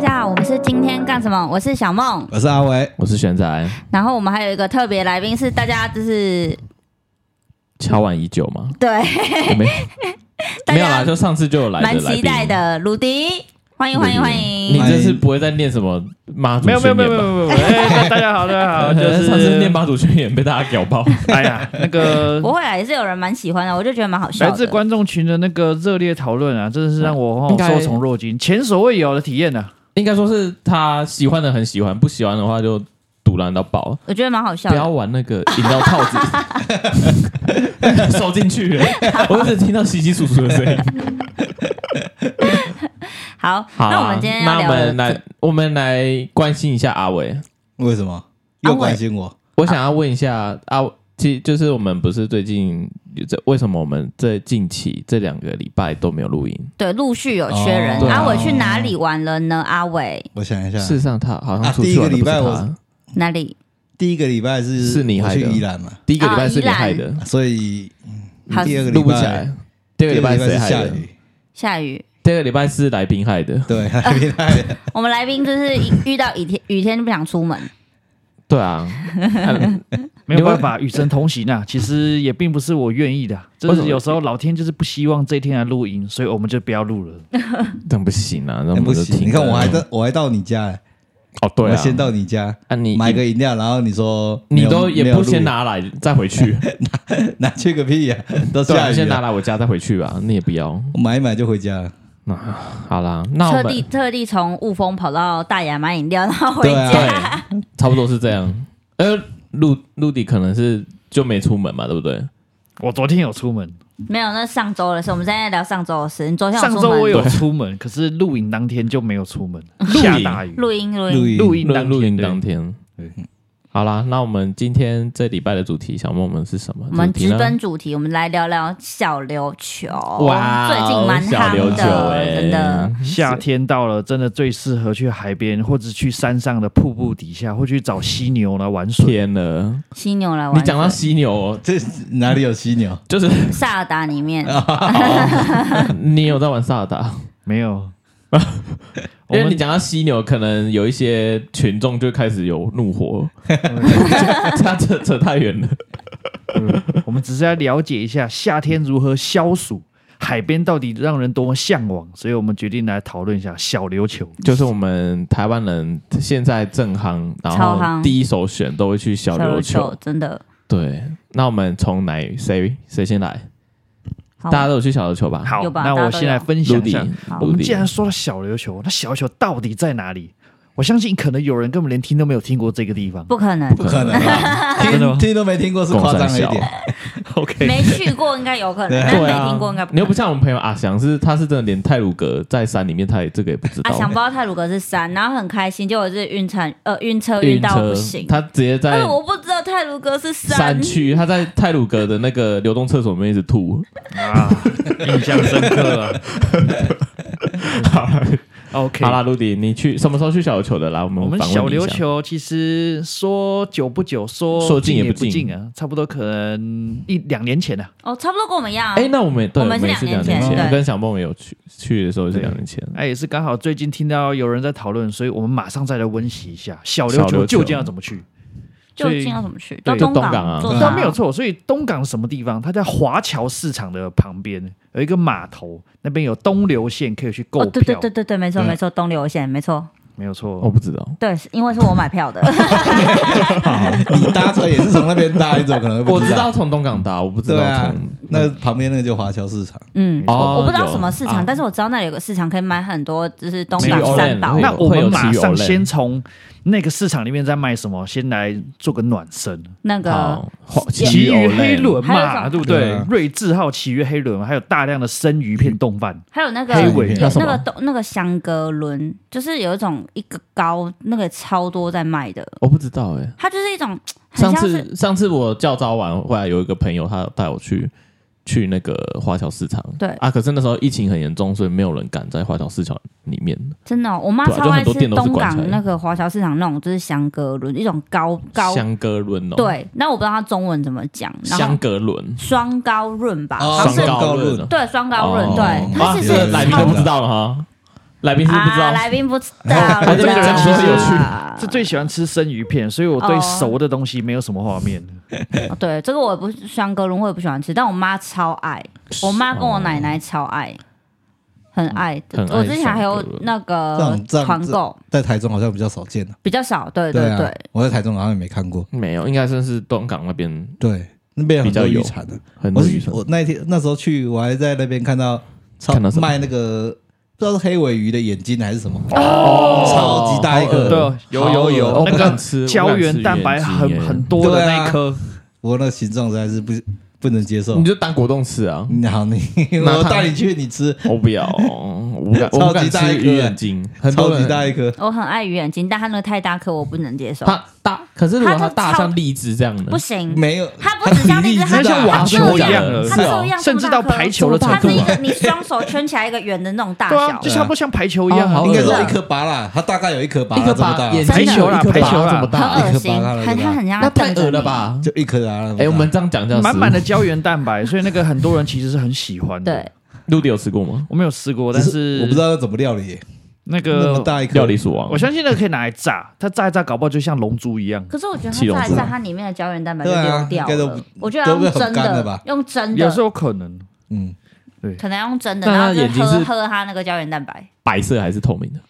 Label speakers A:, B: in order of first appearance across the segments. A: 家好，我们是今天干什么？我是小梦，
B: 我是阿伟，
C: 我是玄仔，
A: 然后我们还有一个特别来宾是大家就是
C: 敲碗已久 嘛，
A: 对，
C: 没
A: 大
C: 没有啦，
A: 家
C: 就上次就有来的
A: 蛮期待
C: 来
A: 的鲁迪，欢迎欢迎欢
C: 宾。你
A: 迎！
C: 这是不会再念什么妈祖
D: 没有没有
C: 宣
D: 没
C: 言
D: 有没有
C: 吧？
D: 没有，没有哎，大家好，大家
C: 啊
D: 好，就 是
C: 上次念妈祖宣言被大家屌爆，
D: 哎呀，那 个
A: 不会啊，也是有人蛮喜欢的，我就觉得蛮好笑
D: 来
A: 的。
D: 自观众群的那个热烈讨论啊，真的是让我
C: 应
D: 哦
C: 该
D: 受宠若惊，前所未有的体验啊呐。
C: 应该说是他喜欢的很喜欢，不喜欢的话就堵拦到爆。
A: 我觉得蛮好笑
C: 不要
A: 的。
C: 玩那个引到套子， 收进去了。我只听到稀稀疏疏的声音。
A: 好，
C: 好啊，
A: 那我们今天要
C: 那我
A: 聊
C: 们
A: 的，
C: 来，我们来关心一下阿伟。
B: 为什么
A: 阿伟
B: 又关心我？
C: 我想要问一下啊，其就是我们不是最近有这为什么我们这近期这两个礼拜都没有录音？
A: 对，陆续有缺人
C: 哦。对啊
A: 阿伟去哪里玩了呢？阿伟
B: 我想一下，
C: 事实上，他好像
B: 啊
C: 出去玩的
B: 第一
C: 不
B: 个
C: 是
B: 礼拜我
C: 他，
A: 哪里？
B: 第一个礼拜是
C: 是你
B: 我
C: 害
B: 去
C: 的
B: 宜兰嘛，
C: 第一个礼拜是你害的，
B: 所以
A: 好
B: 第二个礼
C: 录不起
B: 拜
C: 来。第
B: 第
C: 二个礼拜谁
B: 是
C: 害
B: 下
C: 的？
B: 雨，
A: 下雨。
C: 第二个礼拜是来宾害的。
B: 对，还没害 的。
A: 我们来宾就是一遇到雨天，雨天就不想出门。
C: 对啊，嗯
D: 没有办法，与神同行啊！其实也并不是我愿意的啊，就
C: 为什
D: 是
C: 么
D: 有时候老天就是不希望这一天来录音，所以我们就不要录了。
C: 真不行啊，那我
B: 很
C: 们
B: 不
C: 就
B: 行，
C: 停。
B: 你看我还到我还到你家，
C: 哦，对
B: 我
C: 啊，
B: 先到你家
C: 啊你
B: 买个饮料，然后你说
C: 你
B: 没有
C: 都也
B: 没有
C: 不
B: 录
C: 先拿来再 回去，
B: 啊拿去个 屁呀，都
C: 对
B: 下
C: 啊，
B: 雨
C: 先拿
B: 了，
C: 来我家再回去吧，你也不要。
B: 我买一买就回家了。
C: 那好啦，那我
A: 特
C: 们
A: 地特地从雾峰跑到大雅买饮料，然后回
B: 对啊
A: 家。
C: 对， 差不多是这样。呃，陆陆迪可能是就没出门嘛，对不对？
D: 我昨天有出门，
A: 没有，那是上周的事。我们现在聊上周的事。你昨天有
D: 上
A: 出
D: 周我
A: 门
D: 有出门，可是录影当天就没有出门，
C: 影
D: 下大雨。
A: 录音录
B: 录
A: 音，
B: 音
D: 录音
C: 录
D: 当
C: 录音
D: 天，
C: 当
D: 对
C: 天
D: 对。
C: 好啦，那我们今天这礼拜的主题，小梦我们是什么？
A: 我们
C: 主题
A: 直
C: 呢
A: 奔主题，我们来聊聊小琉球。
C: 哇
A: 最近蛮
C: 小
A: 夯
C: 琉球
A: 的，
C: 欸
A: 真的。
D: 夏天到了，真的最适合去海边，或者去山上的瀑布底下，或去找犀牛来玩水。
C: 天了，
A: 犀牛来玩
C: 你
A: 水，
C: 讲到犀牛，
B: 这哪里有犀牛？
C: 就是
A: 萨尔达里面，
C: 啊你有在玩萨尔达，
D: 没有，我
C: 因为你
D: 们
C: 讲到犀牛，可能有一些群众就开始有怒 火，他扯扯太远了。
D: 我们只是要了解一下夏天如何消暑，海边到底让人多么向往，所以我们决定来讨论一下小琉球。
C: 就是我们台湾人现在正夯，然
A: 超
C: 后
A: 夯
C: 第一首选都会去小
A: 小
C: 琉
A: 琉
C: 球
A: 球。真的。
C: 对，那我们从哪谁谁先来？
A: 好
C: 大家都有去小琉球吧？
D: 好
A: 有，吧
D: 那
A: 大家
D: 我
A: 都
D: 先来
A: 有
D: 分
C: 嗯陆
D: 享一
C: 地
D: 下。
A: 好，
D: 我们
C: 陆地
D: 既然说到小琉球，那小琉球到底在哪里？我相信可能有人根本连听都没有听过这个地 方。
A: 不可能
B: 不可能
C: 啊
B: 吧，
D: 真的
B: 听
D: 吗
B: 听都没听过是夸张了一点。
D: OK，
A: 没去过，应该有 可能，但
C: 对
A: 没
C: 啊
A: 听过应该，不
C: 你又
A: 可
C: 不
A: 能。
C: 像我们朋友阿翔，是他是真的连泰鲁格在山里面，他也这个也不知道
A: 啊，。想不到泰鲁格是山，然后很开心，结果是晕船，呃，晕车
C: 哦晕
A: 到
C: 车
A: 不行，。
C: 他直接
A: 但
C: 在
A: 是我不知道泰鲁格是
C: 山区，他在泰鲁格的那个流动厕所里面一直吐。
D: 啊，印象深刻了。OK，
C: 好啦，陆迪，你去什么时候去小琉球的啦？我们
D: 我们
C: 访嗯问
D: 小
C: 你一
D: 琉
C: 下
D: 球其实说久不久，说
C: 说近也
D: 也
C: 不
D: 不
C: 近
D: 啊，差不多可能一两年前啊。
A: 哦，差不多跟我们一样啊。
C: 哎、那我们也对，
A: 我们是
C: 也是
A: 两
C: 两
A: 年
C: 年
B: 前
C: 前，
A: 对
C: 我跟小梦也有去去的时候是两年前。
D: 哎，也是刚好最近听到有人在讨论，所以我们马上再来温习一下小
C: 小
D: 琉
C: 琉球
D: 球究竟要怎
A: 嗯
D: 么去。
A: 就
D: 所以
A: 近要怎么去？
D: 对
A: 东
C: 就东港啊
A: 坐
B: 对
D: 都
A: 船
D: 没有错，所以东港是什么地方？它在华侨市场的旁边有一个码头，那边有东流线可以去购
A: 哦，
D: 票。
A: 对对对对对，没错
B: 对
A: 没错，东流线没错，
D: 没有错。
C: 我哦不知道，
A: 对，是因为是我买票的，
B: 你搭船也是从那边搭，你怎么可能会
C: 我
B: 不
C: 知道从东港搭，我不知
B: 对
C: 道
B: 啊
C: 从，
B: 那旁边那个就华侨市场，
A: 嗯。
C: 哦，
A: 我不知道什么市场，
C: 有
A: 但是我知道那里有个市场可以买很多，就是东
C: 没
A: 港
C: 有
A: 三宝
C: 会。有
D: 那我
C: 会有
D: 们马
C: 吃有
D: 上
C: 类
D: 先从那个市场里面在卖什么，先来做个暖身。
A: 那个
C: 好，花
D: 奇
C: 偶
D: 鱼
C: 类
D: 黑轮
A: 还有什么
D: 嘛，对不
B: 对
D: 对
B: 啊？
D: 瑞智号奇鱼黑轮，还有大量的生鱼片冻饭，
A: 还有那个
D: 黑尾
A: 有
C: 那什
A: 那
C: 么
A: 个东那个香格伦，就是有一种一个高那个超多在卖的，
C: 我不知道哎、
A: 它就是一种很
C: 上
A: 像是
C: 次上次我叫招完回来，有一个朋友他带我去去那个华侨市场，
A: 对
C: 啊，可是那时候疫情很严重，所以没有人敢在华侨市场里面。
A: 真的哦，我妈
C: 对啊
A: 超
C: 就
A: 爱
C: 很多
A: 吃
C: 店都是
A: 东
C: 关起来
A: 港
C: 的
A: 那个华侨市场那种，就是香格伦一种高高，
C: 香格伦哦，，
A: 对，那我不知道它中文怎么讲，然后
C: 香格伦，
A: 双高润吧，
B: 哦
A: 好像是
C: 双高
B: 高
C: 润
B: 论
C: 哦
A: 对，双高润，
C: 哦
A: 对，它
C: 哇
A: 其
C: 这
A: 实
C: 个来宾
A: 超
C: 都不知道了哈。来宾是不是不知
A: 啊，
C: 道，
A: 来宾不知 道啊啦，
C: 来宾讲说有趣
D: 是最喜欢吃生鱼片，所以我对
A: 哦
D: 熟的东西没有什么画面。
A: 哦对，这个我也不香格伦，我也不喜欢吃，但我妈超爱，我妈跟我奶奶超爱，很爱。
C: 很爱
A: 我之前还有
C: 香格伦
A: 那
B: 这
A: 个
B: 种这样
A: 团购
B: 在台中好像比较少见的、
A: 比较少，对对
B: 啊
A: 对，，
B: 我在台中好像也没看过。
C: 哦没有，应该算是东港那边
B: 对，那边有很多
C: 比较有
B: 渔产的、
C: 很
B: 我
C: 多
B: 是
C: 女生
B: 我那一天那时候去，我还在那边看到超
C: 看到什么
B: 卖那个不知道是黑尾鱼的眼睛还是什么，
A: 哦
B: 哦超级大一
C: 好恶
B: 个。
D: 对哦，有有
B: 好
D: 有
B: 恶
C: 我
D: 那
C: 不敢
D: 个
C: 吃
D: 胶原蛋白很很，多的那一颗，
B: 我那个形状实在是不不能接
C: 我不敢吃原型耶
B: 受
C: 你。就当果冻吃啊！
B: 你好，你
C: 拿
B: 我
C: 它
B: 带你去，你吃
C: 我不要，我不敢，
B: 超级
C: 我不敢
B: 大一
C: 吃
B: 颗
C: 鱼眼睛，很多
B: 超级
C: 人
B: 大一颗，
A: 我很爱鱼眼睛，但它那个太大颗，我不能接受，
C: 它大，可是如果
A: 它
C: 它
A: 都
C: 大
A: 超
C: 像荔枝这样的
A: 不，行。
B: 没有，
A: 它不止像
B: 比
A: 荔枝，
B: 荔枝
A: 它
D: 它像
B: 大
D: 网球一样了，
C: 是
A: 它
C: 啊
A: 这样，
D: 甚至到排球的程
A: 它
D: 度
A: 是一
D: 啊
A: 个，你双手圈起来一个圆的那种大
D: 对啊
A: 小，
D: 就，差不多像排球一样
C: 哦
D: 啊
C: 好。
B: 应该
C: 恶
B: 说
C: 啊
B: 一颗拔啦，它大概有一颗拔
C: 一颗
B: 这么
C: 拔
B: 大，
C: 眼
A: 真的
C: 睛
A: 排球啦
C: 一颗拔
D: 排球啦
C: 这么大，
A: 很恶心，
B: 一颗拔它
A: 很它很像
C: 那
A: 它
C: 太
A: 瞪着
C: 恶了
A: 你？
C: 吧？
B: 就一颗啊。那么大
C: 哎，我们这样讲这样，
D: 满满的，胶原蛋白，所以那个很多人其实是很喜欢的。
A: 对，
C: 陆地有吃过吗？
D: 我没有吃过，但
B: 只
D: 是
B: 是我不知道要怎么料理，
D: 那
B: 那么
D: 个，
B: 大一颗
C: 料理鼠王
D: 我，相信那个可以拿来炸，它炸一炸，搞不好就像龙珠一样。
A: 可是我觉得
C: 气
A: 它
C: 溶
A: 炸一
C: 汁
A: 炸，它里面的胶原蛋白就
B: 对啊
A: 流掉
B: 应该都
A: 了
B: 不。
A: 我觉得
B: 都
A: 要
B: 会
A: 用
B: 很
A: 真
B: 干
A: 的
B: 了吧
A: 用真
D: 也是
A: 的，
D: 有可能，
B: 嗯，
A: 可能用真的，
C: 但
A: 然
C: 它
A: 后就
C: 眼睛
A: 喝
C: 是
A: 喝它那个胶原蛋白，
C: 白色还是透明的？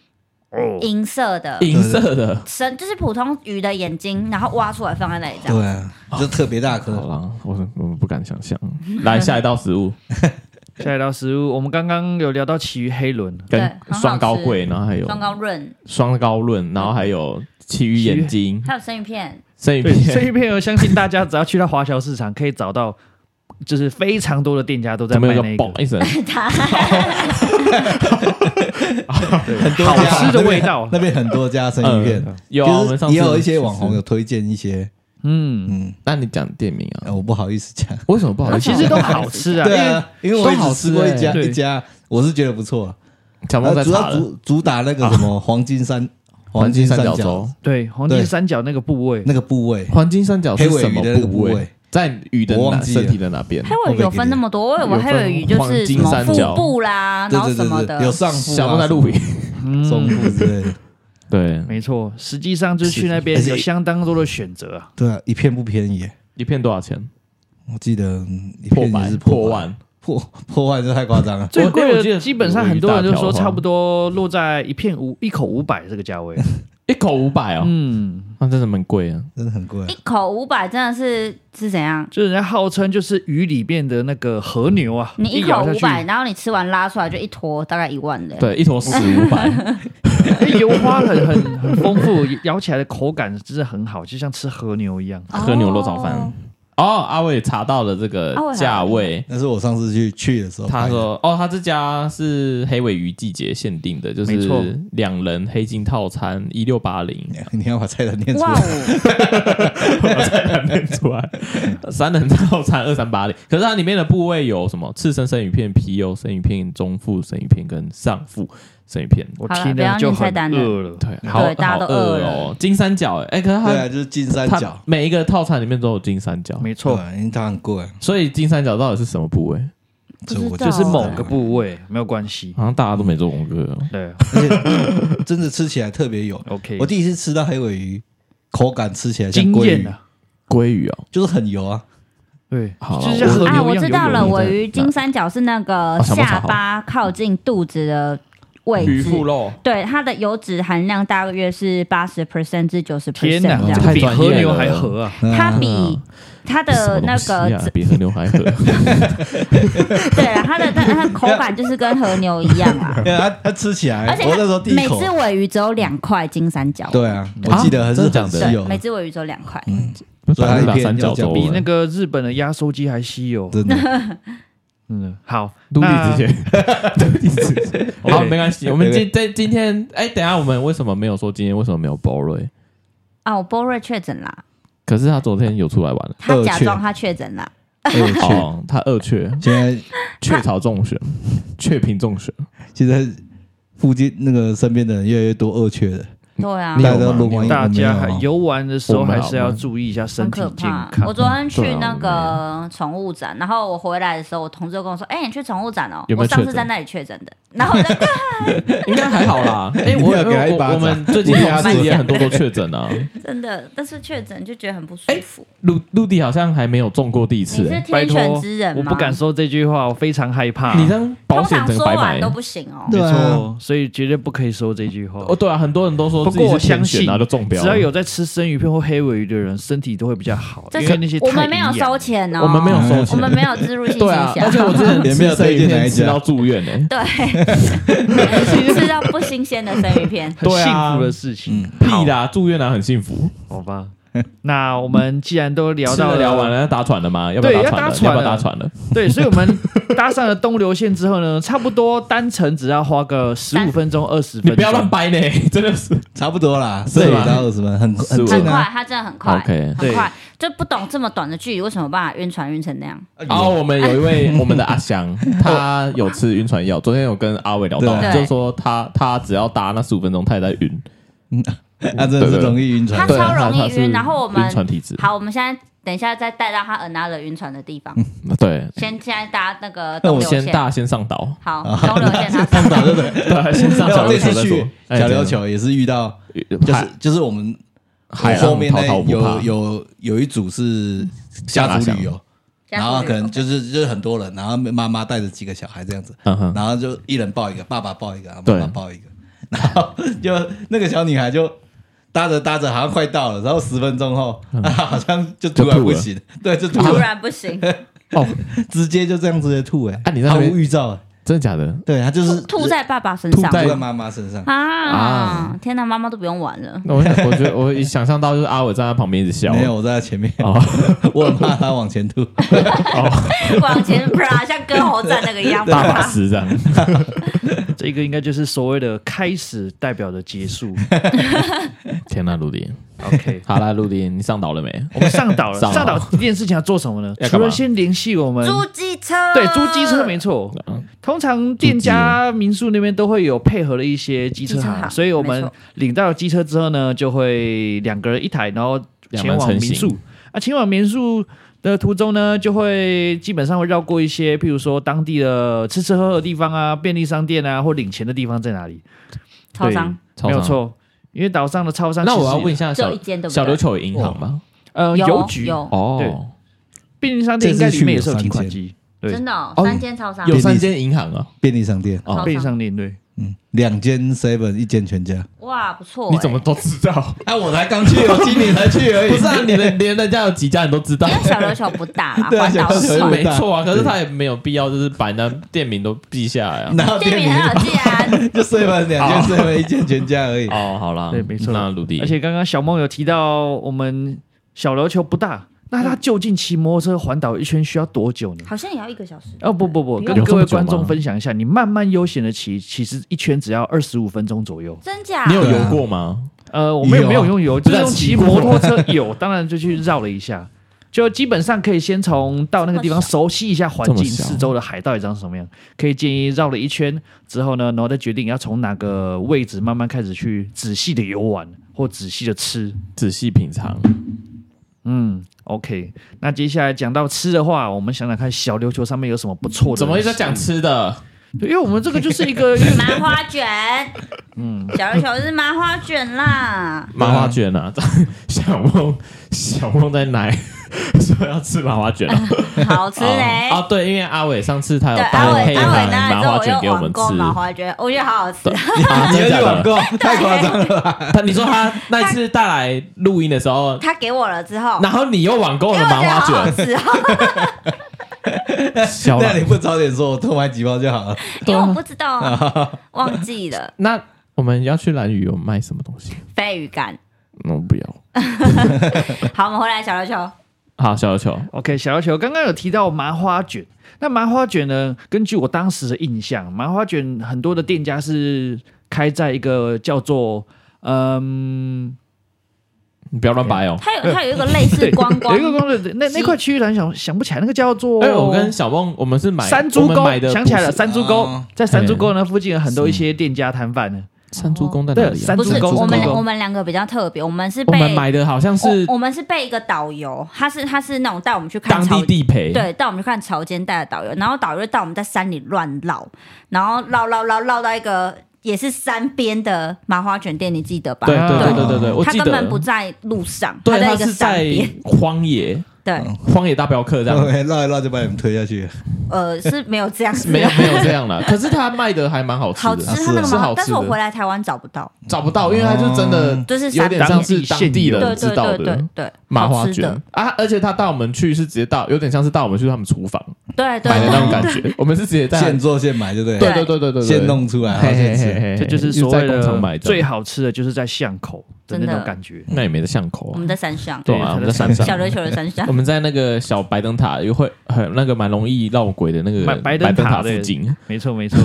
D: 哦，
A: 银色的，
C: 银色的，
A: 深就是普通鱼的眼睛，然后挖出来放在那里这样。
B: 对啊，就特别大颗
C: 好。啦，我我不敢想象。 来下一道食物，
D: 下一道食物，我们刚刚有聊到奇鱼黑轮，
A: 对
C: 跟
A: 很好
C: 双高贵，然后还有
A: 双高润，
C: 双高论，然后还有奇鱼眼睛、
A: 还有生 鱼片，
C: 生鱼
D: 对， 这
C: 片，
D: 一片我相信大家只要去到华侨市场，可以找到，就是非常多的店家都在
C: 怎么
D: 卖
C: 有
D: 那
C: 个
D: 个
C: 嘣一声？
A: 它
B: 很多
D: 好
B: 家
D: 吃的
B: 那边
D: 味道
B: 那边很多家生鱼片，
C: 有啊，我们
B: 就
C: 上
B: 是
C: 次
B: 也有一些网红有推荐一些，
D: 嗯，
B: 嗯，
C: 那你讲店名啊？
B: 呃我不好意思讲，
C: 为什么不好意思？
D: 其实都好吃啊，
B: 对
D: 因为
B: 啊，因为我也
C: 都好
B: 只
C: 吃
B: 吃过一
C: 欸
B: 家
D: 对
B: 一家，我是觉得不错，呃
C: 小猫在
B: 主
C: 查
B: 要
C: 了，
B: 主主打那个什么黄金三
C: 黄金
B: 金
C: 三
B: 三
C: 角洲，
D: 对黄金
B: 对
D: 三角那个部位，
B: 那个部位，
C: 黄金三角
B: 黑
C: 是
B: 尾
C: 什
B: 鱼
C: 么
B: 的那个部
C: 位
B: 位？，
C: 在鱼的
B: 我
C: 哪
B: 忘记
C: 身
B: 了
C: 体的哪边？
A: 黑尾鱼有分那么多，我以为黑尾鱼就是什
C: 有分
A: 么
C: 黄
A: 腹
C: 金三角
A: 部啦，
B: 对
A: 啊然后
B: 对
A: 什么
B: 对
A: 的
B: 对，，有上腹
C: 小猫在
B: 啊、
C: 录影，嗯
B: 中腹之类的，
C: 对，
D: 嗯没错，实际上就是去那
B: 而
D: 边
B: 且
D: 有相当多的选择啊。。
B: 对啊，一片不便宜耶，
C: 一片多少钱？
B: 我记得嗯一
C: 破
B: 片也
C: 百
B: 是
C: 破
B: 万，
C: 万，
B: 破破万这太夸张了
D: 最贵
C: 我记
D: 的
C: 得嗯
D: 基本上很多人就说差不多落在一片五一口五百这个价位。
C: 一口五百哦，
D: 嗯，
C: 那真的蛮贵啊。
B: 真的很贵
A: 一，口五百真的是是怎样？
D: 就是人家号称就是鱼里面的那个和牛啊，
A: 你一口
D: 咬下
A: 五百，
D: 去，
A: 然后你吃完拉出来就一坨，大概一万的。
C: 对，一坨屎五百，
D: 哎油花很很很丰富，咬起来的口感真的很好，就像吃和牛一样。
A: 哦，
C: 喝牛肉早饭。哦，阿伟查到了这个
A: 阿伟还
C: 价位，
B: 那是我上次去去的时候
C: 他
B: 拍的，
C: 说：“哦，他这家是黑尾鱼季节限定的，就
D: 没错
C: 是两人黑金套餐一六八零，
B: 你要把菜单念出
A: 哇
B: 来，
A: 哦！
C: 念出来三人套餐二三八零。可是它里面的部位有什么刺身生鱼片、皮油生鱼片、中腹生鱼片跟上腹生鱼片。
D: 我
A: 好了
D: 听
A: 不要
D: 了就
A: 念菜
D: 很
A: 单了
D: 饿了。
C: 对，好
A: 对大家
C: 好
A: 都
C: 饿
A: 饿
C: 哦，金三角哎、哎，可是
B: 对啊，
C: 它
B: 就是金三
C: 它
B: 角，
C: 每一个套餐里面都有金三角，
D: 没错，
B: 对因为它很贵，
C: 所以金三角到底是什么部位？
A: 不
B: 这我
A: 知道
B: 就
D: 就是是
A: 哦
D: 某 个部位没有关系。
C: 好像大家都没做功课哦。
D: 对
B: 哎真的吃起来特别有。
D: ，OK，
B: 我第一次吃到黑尾鱼，口感吃起来像
D: 惊
B: 鲑
D: 艳
B: 鱼，
D: 啊！
C: 鲑鱼哦，
B: 就是很油啊，
D: 对，
C: 好了
D: 就像和
A: 啊，
D: 牛
A: 我
D: 一样
A: 知
D: 油
A: 道
D: 油
A: 了，
D: 的。
A: 尾鱼金三角是那个
C: 哦小猫
A: 下
C: 草
A: 巴靠近肚子的位
C: 鱼
A: 置，
C: 腹肉，
A: 对，它的油脂含量大约是八十 percent 至九十 percent
D: 天
A: 这
D: 哪，
A: 样
D: 这
C: 太
D: 个。比
C: 专
D: 和
C: 业
D: 牛
C: 了
D: 还合啊！
A: 它
B: 嗯，
A: 比它的那
C: 什么东西啊
A: 个，
C: 比和牛还合。”
A: 对啊，它的它它的口感就是跟和牛一样啊
B: 对啊，它它吃起来
A: 而且，它
B: 我那时候第一
A: 每
B: 口
A: 只，尾鱼只有两块金三角，
B: 对啊，我记得还
C: 真的
B: 是
C: 假的
B: 很稀有
A: 对，每只尾鱼只有两块，
B: 所以它一片
C: 三角
B: 要
C: 洲
B: 讲
D: 比那个日本的压缩机还稀有。
B: 真的，
D: 嗯，好，
C: 独立
D: 那
C: 之前， 独立之 前，好，
D: OK
C: 没关系。我们
B: 对
C: 今在今天，哎，等一下我们为什么没有说今天为什么没有 Bory？
A: 啊，我波瑞确诊啦，
C: 可是他昨天有出来玩了，
A: 他
B: 恶
A: 假
B: 确
A: 装他确诊啦，
B: 哎我去，
C: 哦，他二雀
B: 现在
C: 雀巢中选，雀屏中 选，
B: 现在附近那个身边的人越来越多恶缺的，
A: 对啊
C: 你，有
B: 大家都轮啊完
D: 大家还
B: 还
D: 游玩的时候
C: 啊我们啊
D: 还
C: 好
D: 是要注意一下身
A: 很
D: 体
A: 可
D: 健
A: 怕。
D: 康
A: 我。昨天
C: 对
A: 去
C: 啊
A: 那
C: 我
A: 个宠物展，然后我回来的时候，我同事就跟我说：“哎、你去宠物展哦。
C: 有没有
A: 我上
C: 确
A: 次
C: 诊
A: 在那里确诊的，然后我就
C: 应该还好 啦。哎，
B: 你
C: 我
B: 不要给他一
C: 我
B: 巴掌
C: 我们最近
B: 你给他
C: 同事
B: 一
C: 也
B: 巴
C: 很多都确诊 啊，
A: 真的，但是确诊就觉得很不舒服。
C: 陆陆地好像还没有中过第一
A: 你
C: 次。
A: 是
C: 哎
D: 拜
A: 天
D: 托
A: 选之人，吗？
D: 我不敢说这句话，我非常害怕。
C: 啊你这样保
A: 通
C: 险
A: 常
C: 整个
A: 说
C: 白
A: 完
C: 买
A: 都。不行哦。
D: 没
B: 对啊，
D: 错，所以绝对不可以说这句话。
C: 哦，对啊，很多人都说
D: 不
C: 自己
D: 过我
C: 是天
D: 相
C: 选
D: 信，
C: 啊，就中标了。
D: 只要有在吃生鱼片或黑尾鱼的人，身体都会比较好，
A: 这
D: 因
A: 是
D: 为那些
A: 我
D: 太
A: 们没有
D: 营养
A: 收钱哦，
C: 我们没有收
A: 我
C: 钱，
A: 们没有植入性
C: 对
A: 倾
C: 啊
A: 向，，
C: 而且我之 前
B: 也没有推荐哪一家
C: 吃到住院欸呢。
A: 对，吃到不新鲜的生鱼片。
D: 很
C: 对啊
D: 幸福的事情。
C: 屁啦，住院啊，很幸福。
D: 好吧。那我们既然都聊
C: 吃
D: 到
C: 的
D: 了
C: 聊完，了，要搭船了吗？要不
D: 对
C: 要搭船了？要不要
D: 要搭船了
C: 搭船了？
D: 对，所以我们搭上了东流线之后呢， 差不多单程只要花个十五分钟、二十分钟。
C: 你不要乱掰呢， 真的是。
B: 差不多啦，十
C: 是
B: 五
C: 吧
B: 到二十分，很
C: 15
B: 很
A: 很
B: 近
A: 快
B: 啊。，
A: 它真的很快
C: OK
A: 很快
D: 对，
A: 就不懂这么短的距离为什么把它晕船晕成那样。
C: 然后哦我们有一 位我们的阿翔，他有吃晕船药。昨天有跟阿伟聊到，
A: 对
C: 就是说他他只要搭那十五分钟，他也在晕。
B: 他真的
C: 对
D: 哦
B: 是
C: 对
B: 容易晕船
A: 他
C: 对，
A: 超
C: 他
A: 容易
C: 他是
A: 晕然后我们
C: 晕船体质。
A: 好，我们现在等一下再带到他 another 晕船的地方，
C: 对，
A: 先现在搭那个
B: 那
A: 东
B: 我
A: 流
C: 先
A: 线，
C: 大先上岛，
A: 好，东流线它
B: 碰到对不对？
C: 对，先上
B: 因为
C: 小
B: 我
C: 琉
B: 这
C: 球
B: 次
C: 再
B: 去
C: 说。哎
B: 小琉，球也是遇到，
C: 这样
B: 就
C: 海
B: 是就是我们
C: 海
B: 后
C: 浪
B: 面
C: 滔
B: 那
C: 滔不怕
B: 有有有一组是家族旅游，
A: 加
B: 然
A: 速
B: 后
A: 旅
B: 啊可能
A: 游
B: 就是就是很多人，然后妈妈带着几个小孩这样子，
C: 嗯哼，
B: 然后就一人抱一个，爸爸抱一个，然后
C: 对
B: 妈妈抱一个， 然后就那个小女孩就搭着搭着好像快到了，然后十分钟后，她 好像就突
C: 嗯就
B: 然
C: 吐
B: 不
C: 了
B: 行，对，就突
A: 突
B: 然
A: 然不行，
C: 哦，
B: 直接就这样直接吐哎，
C: 啊你在那
B: 毫
C: 边
B: 无预兆哎，
C: 真的假的？
B: 对她就是
A: 吐在爸爸身
C: 吐
A: 上
C: 在
B: 吐在妈妈身上，
A: 啊
C: 啊！
A: 天哪，妈妈都不用玩 了。
C: 那我想，我觉得我一想象到就是阿伟站在旁边一直笑，
B: 没有，我在她前面，
C: 哦
B: 我很怕她往前吐，
A: 往前啪，像割喉战那个一样，
C: 大把十这样。
D: 这个应该就是所谓的开始代表着结束。
C: 天呐，陆迪，
D: OK，
C: 好啦，陆迪，你上岛了没？
D: 我们上 岛了，
C: 上岛
D: 上岛第一件事情要做什么呢？
C: 要干
D: 除
C: 嘛
D: 了先联系我们。
A: 租机车，
D: 对，租机
A: 啊
D: 车没错
C: 嗯。
D: 通常店家、民宿那边都会有配合的一些机车
A: 机车
D: 行，
A: 行
D: 所以我
A: 没
D: 们
A: 错
D: 领到机车之后呢，就会两个人一台，然后
C: 两
D: 前
C: 人
D: 往
C: 成
D: 民
C: 行
D: 宿。啊，前往民宿的途中呢，就会基本上会绕过一些，譬如说当地的吃吃喝喝的地方啊、便利商店啊，或领钱的地方在哪里？
A: 超商
C: 超
D: 没有
C: 商。
D: 错，因为岛上的超商。
C: 那我要问一，下
A: 只
C: 小
A: 有一间，对不
C: 小
A: 对
C: 琉？球有银行吗？
D: 呃，
A: 有
D: 邮局、
A: 有，
C: 哦，
D: 便利商店应该里面也是有提款机，对哦
A: 真，的哦
C: 哦
A: 三间超商
C: 有三间银行啊。
B: 便利商店，
A: 超商
D: 便利商店对。
B: 嗯，两间 seven，一间全家，
A: 哇，不错欸。
C: 你怎么都知道？
B: 啊，我才刚去，我今年才去而已，
C: 不是啊，你 连连人家有几家你都知道
A: 因，为小琉球不大啦，
B: 对啊
A: 环岛
B: 小琉
A: 市
B: 球
C: 是
B: 不
A: 嘛
B: 大，
C: 没错啊。可是他也没有必要，就是把人家店名都记下来啊。
B: 然后
A: 地
B: 店
A: 名很好
B: 名
A: 记啊。
B: 就 seven 两间 seven 一间全家而已，
C: 哦，好啦，
D: 对没错
C: 那陆地，
D: 而且刚刚小梦有提到，我们小琉球不大，那他究竟骑摩托车环岛一圈需要多久呢？
A: 好像也要一个小时
D: 哦不不不，
A: 不用
D: 跟各位
C: 有这么
D: 观
C: 久吗
D: 众分享一下，你慢慢悠闲的骑，其实一圈只要二十五分钟左右。
A: 真假？
C: 你有
B: 对
C: 游
B: 啊
C: 过吗？
D: 呃，我们也
B: 有啊
D: 没有用油，就是用
C: 不是
D: 骑
C: 骑过
D: 摩托车 有，当然就去绕了一下，就基本上可以先从到那个地方
A: 这么
D: 熟悉一下环
C: 这
D: 境，
C: 么小
D: 四周的海到底长什么样。可以建议绕了一圈之后呢，然后再决定要从哪个位置慢慢开始去仔细的游玩或仔细的吃。
C: 仔细品尝。
D: 嗯，OK。那接下来讲到吃的话，我们想想看，小琉球上面有什么不错的？
C: 嗯怎么一直在讲？吃的？
D: 对啊因为我们这个就是一个
A: 麻花卷，嗯，小琉球是麻花卷 啦。
C: 麻花卷啊！小梦，小梦在奶 说要吃麻花卷啊。
A: 好吃嘞
C: 啊！！啊对，因为阿伟上次他有
A: 对，阿
C: 带
A: 伟
C: 配
A: 阿伟拿
C: 麻
A: 来之后，
C: 花
A: 我
C: 卷给
A: 又
C: 我
A: 网
C: 们
A: 购麻
C: 吃。
A: 花卷，我觉得好好吃。
C: 啊
B: 你
C: 真的假
B: 要去
C: 的
B: 网购，太夸张了吧。
C: 他你说他那一次带来录音的时候，
A: 他给我了之后，
C: 然后你又网购
A: 因
C: 了
A: 哦为我觉
C: 麻
A: 得好
C: 花
A: 好
C: 卷，
A: 吃哦。
C: 小
B: 那你不早点说，我多买几包就好了。
A: 因为我不知道啊， 忘记了
C: 那我们要去蓝屿有卖什么东西？
A: 鲱鱼干。
C: 那我不要。
A: 好，我们回来小琉球，
C: 好，小球
D: OK，小琉球刚刚有提到麻花卷，那麻花卷呢？根据我当时的印象，麻花卷很多的店家是开在一个叫做嗯，
C: 你不要乱掰哦。
A: 它有它有一个类似
D: 对，
A: 光光
D: 有一个光的那
A: 鸡
D: 那块区域，然想想不起来那个叫做。
C: 哎，我跟小梦，我们是买
D: 山猪
C: 我们
D: 沟
C: 买的，
D: 想起来了，，山猪沟
B: 啊
C: 哎嗯
D: 在山猪沟呢附近有很多一些店家摊贩呢，
C: 山猪公在哪
D: 对
C: 里啊？
D: 山
A: 不
D: 猪
A: 是
D: 公
A: 我们
D: 猪公
A: 我们两个比较特别，我们是
C: 我
A: 被
C: 们买的好像是
A: 我我们是被一个导游，他是他是那种带我们去看
C: 当
A: 草
C: 地地陪，
A: 对，带我们去看潮间带的导游，然后导游就带我们在山里乱绕，然后绕绕绕绕到一个也是山边的麻花卷店，你记得吧？
C: 对对对
B: 对
C: 对对对，我
A: 嗯他
C: 记
A: 根本
C: 得
A: 不，在路上，
C: 对，
A: 在
C: 他
A: 一个
C: 是
A: 山
C: 在嗯
A: 边。
C: 荒野，
A: 对，
C: 荒野大镖客这样，
B: 绕一绕就把你们推下去了。
A: 呃，是没有这样子的，
C: 没有没有这样 啦。可是他卖的还蛮好吃
A: 好
C: 的，
A: 吃
B: 啊是
A: 他那个
C: 是
A: 麻
C: 好吃
A: 花，但是我
C: 的
A: 回来台湾找不到，
C: 找不到，因为它就真的
B: 哦
A: 就是
C: 有
A: 山
C: 点
A: 边
C: 像是当地人
A: 对
C: 知
A: 对
C: 道
A: 对对
C: 的
A: 对，
C: 麻花
A: 好吃
C: 卷
A: 的，
C: 啊，而且他带我们去是直接到，有点像是带我们去他们厨房
A: 对 对
C: 买的那种
A: 对，
C: 感 觉，我们是直接在
B: 现做现买，对不对？
C: 对对对对对对
B: 现弄出来，然后现吃。
D: 这就是所
C: 哎在
D: 谓
C: 工厂买
D: 的
C: 的，
D: 最好吃的，就是在巷口的
A: 真
D: 那种
A: 的
D: 感觉。
C: 那也没得巷口
A: 我
C: 啊
A: 们，在山上，
C: 对啊，我
D: 对
C: 们在山
A: 小
C: 上。
A: 琉球的山 上
C: 我，们在那个小白灯塔，又会很那个蛮容易闹鬼的那个
D: 白白灯
C: 灯
D: 塔
C: 塔附
D: 对
C: 近，
D: 没错，没错。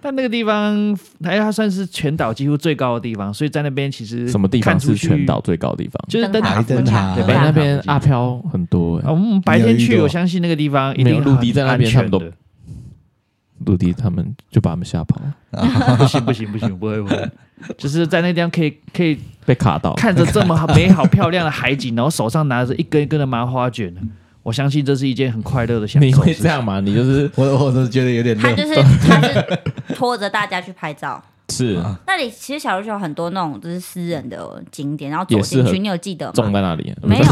D: 但那个地方，哎，它算是全岛几乎最高的地方，所以在那边其实
C: 什么地方
D: 看出
C: 是
D: 去
C: 全岛，最高的地方？
D: 就是灯
B: 白
D: 塔。
B: 灯塔
A: 对
C: 北
A: 白
C: 那
A: 灯塔
C: 边阿飘很多欸，
D: 啊我们白天
B: 你有遇
D: 去，
B: 过
D: 我相信那个地方一
C: 没有
D: 定
C: 陆地在那边
D: 很
C: 他们
D: 安
C: 都
D: 全的
C: 陆地他们就把他们吓跑，
D: 不行不行不行，不会 不会，就是在那地方可以可以
C: 被卡到。
D: 看着这么好美好漂亮的海景，然后手上拿着一根一根的麻花卷，我相信这是一件很快乐的享 受。
C: 你会
D: 是
C: 这样吗？你就是
B: 我我都觉得有点
A: 他
B: 累。
A: 就是他是拖着大家去拍照。
C: 是
A: 那里其实小琉球有很多那种就是私人的景点，然后走
C: 也是
A: 进去，
C: 很
A: 你有记得
C: 种
A: 吗？
C: 在那里？
A: 没有，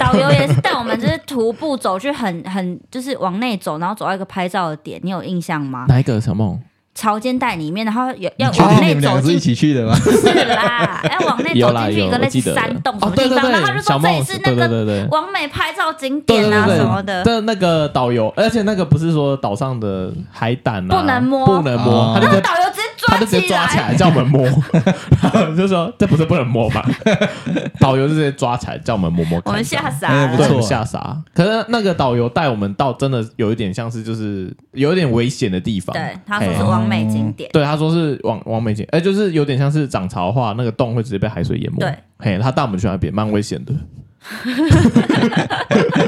A: 导游也是带我们就是徒步走去很很就是往内走，然后走到一个拍照的点，你有印象吗？
C: 哪一个小梦？
A: 潮间带里面，然后有要
B: 确
A: 往
B: 定你
A: 内
B: 们
A: 走
B: 两个是一
A: 进去
B: 起去的吗？
A: 啦，要往内
C: 有
A: 哎走
C: 啦
A: 进去
C: 有，
A: 一个
C: 我
A: 类
C: 记
A: 似
C: 得
A: 山洞什
C: 哦
A: 么，
C: 对
A: 地
C: 对
A: 方，然后他
C: 对，
A: 就
C: 小
A: 说这里
C: 梦
A: 是那
C: 对对
A: 个
C: 对对。
A: 完美拍照景
C: 对对
A: 点啊
C: 对
A: 什么的，
C: 但那个导游，而且那个不是说岛上的海胆啊，
A: 不能摸
C: 不能摸，
B: 哦
C: 他就
A: 然后
C: 直接
A: 导游直接
C: 他
A: 抓
C: 就直接
A: 起
C: 抓起
A: 来，
C: 来叫我们摸， 然后我们就说这不是不能摸吧？ 导游就直接抓起来叫我们摸摸看，
A: 我们吓傻
B: 哎
A: 了
B: 不
C: 对，
B: 错。
C: 我们吓傻。可是那个导游带我们到真的有一点像是就是有一点危险的地方。
A: 对，他说
C: 哎
A: 是完美景点，
C: 对，他说是往往美景，哎、就是有点像是涨潮的话，那个洞会直接被海水淹没。
A: 对，
C: 嘿，他带我们去那边，蛮危险的。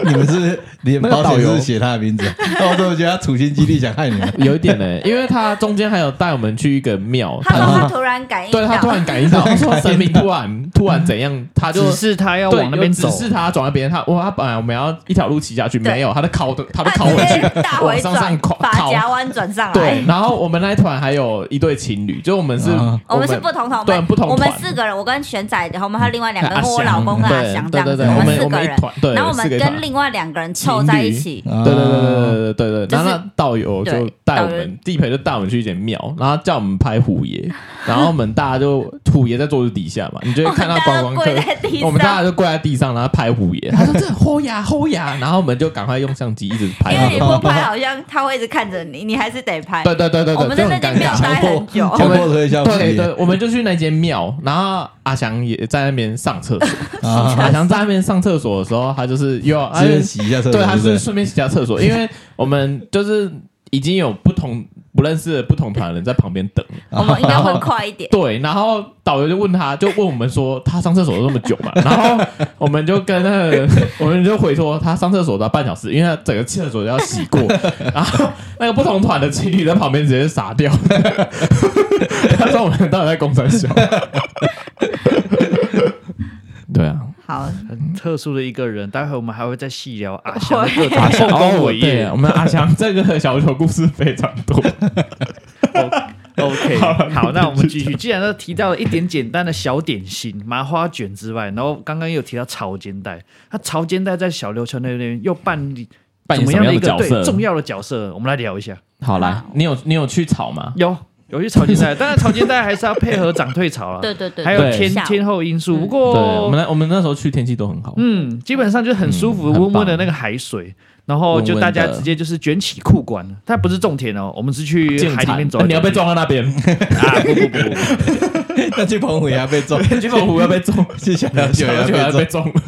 B: 你们是连
C: 那个
B: 保
C: 导
B: 险
C: 游
B: 是写他的名字，那我怎么觉得他处心积虑想害你们？
C: 有一点呢、因为他中间还有带我们去一个庙，
A: 他说他
C: 他
A: 突然感应
C: 哦对他
A: 到
C: 突，然感应到，他说神明突然突然怎样，他就
D: 只啊是他要
C: 对
D: 往那边走
C: 有，指示他转那边，他哇，他本来我们要一条路骑下去，
A: 对啊
C: 没有，他就靠的，他就
A: 他
C: 靠回
A: 直
C: 去
A: 接，大
C: 往
A: 回
C: 上上
A: 转
C: 靠，
A: 把
C: 靠
A: 夹弯转上来
C: 对，。然后我们那一团还有一对情侣，就我们是，
B: 啊
A: 我们是不同团，
C: 对不同
A: 我们
C: 团
A: 四个人，我跟玄仔，然后我们还有另外两个
C: 阿
A: 人，跟我
C: 翔
A: 老公跟阿翔这
C: 对
A: 样
C: 对
A: 子，
C: 对，我
A: 们
C: 们
A: 四
C: 我
A: 个
C: 们
A: 人
C: 一，团，对，
A: 然后我们
C: 四个一
A: 跟
C: 团
A: 另外两个人凑在一起，
C: 对对对
B: 啊
C: 对对对对，然后
A: 就是
C: 那导游就
A: 对
C: 带我
A: 导游
C: 们地陪就带我们去一间庙，然后叫我们拍虎爷，然后我们大家就虎爷在桌子底下嘛，你就
A: 我
C: 会看
A: 们
C: 到
A: 大
C: 观
A: 家都
C: 光客
A: 跪在地
C: 我们大家
A: 上，
C: 就跪在地上，然后拍虎爷。他说这吼呀吼呀，然后我们就赶快用相机一直拍
A: 因为你
C: 他。
A: 不拍好像他会一直看着你，你还是得拍。
C: 对对对对
A: 我
C: 对，
A: 们
C: 就
A: 在
C: 很
A: 那
C: 尴
A: 间庙
C: 尬。
A: 待很久，
B: 强迫推销自
C: 对
B: 己
C: 对，我们就去那间庙，然后阿翔也在那边上厕所。
B: 啊，
C: 阿翔在那边上厕所的时候，他就是又要他就
B: 顺便啊洗一下厕所，
C: 对，他
B: 是不
C: 是
B: 是？
C: 顺便洗下厕所，因为我们就是已经有不同不认识的不同团的人在旁 边等。
A: 我们应该会快一点。
C: 对，然后导游就问他，就问我们说他上厕所都那么久 嘛，然后我们就跟那个， 我们就回说他上厕所都要半小时，因为他整个厕所都要洗 过，然后那个不同团的情侣在旁边直接傻 掉，他说我们到底在公山 小？对啊，
A: 好，
D: 很特殊的一个人。待会我们还会再细聊阿翔的各种
C: 阿翔
D: 丰功伟
C: 对
D: 业
C: 啊，我。们阿翔这个小丑故事非常多。
D: OK，
C: 好了
D: 好，那我们继续。既然都提到了一点简单的小点心，麻花卷之外，然后刚刚又提到潮间带，那潮间带在小琉球那边又扮理
C: 扮演
D: 怎么
C: 什么
D: 的
C: 样
D: 一
C: 的
D: 个
C: 角色？
D: 对重要的角色？我们来聊一下。
C: 好来，你有你有去炒吗？
D: 有有去潮间 带，当然潮间带还是要配合涨退潮了，
A: 对对对，嗯
D: 还有
A: 对
D: 天
A: 下午
D: 天候因素。不
C: 对，我
D: 过
C: 们那我们那时候去天气都很好，
D: 嗯，基本上就很舒服，
C: 嗯很
D: 温温
C: 棒
D: 的那个海水，然后
C: 温
D: 就
C: 温
D: 大家
C: 的
D: 直接就是卷起裤管。它不是种田哦，我们是去
C: 建
D: 海里
C: 材
D: 面走、
C: 啊你要被撞到那边，
D: 啊！不不不，
B: 那去澎湖也要被 撞，
C: 金凤湖要被撞，
B: 去小
C: 小
B: 琉球也
C: 要
B: 要
C: 被
B: 被
C: 撞。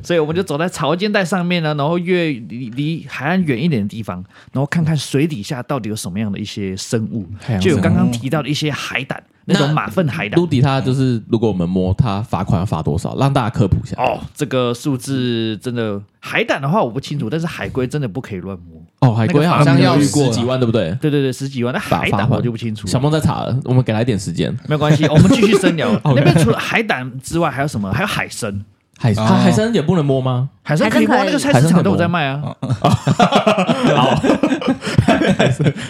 D: 所以我们就走在潮间带上面呢，然后越离离海岸远一点的地方，然后看看水底下到底有什么样的一些生物，就有刚刚提到的一些海胆，那种马粪海胆
C: 陆。迪他就是，如果我们摸他，罚款要罚多少？让大家科普一下。
D: 哦，这个数字真的，海胆的话我不清楚，但是海龟真的不可以乱摸。
C: 哦，海龟
D: 那个
C: 好像
B: 法
C: 要
B: 律
C: 十几万，对不对？
D: 对对对，十几万，那
C: 法
D: 海
C: 法
D: 胆
C: 环
D: 我就不清楚了。
C: 小梦在查了，我们给他一点时间。
D: 没 有关系，我们继续深聊。那边除了海胆之外，还有什么？还有海参，
C: 海
B: 哦
C: 它海参也不能摸 吗？
D: 海参可以摸，
A: 海参可以
D: 那个菜市场都有在卖
C: 哦
D: 啊。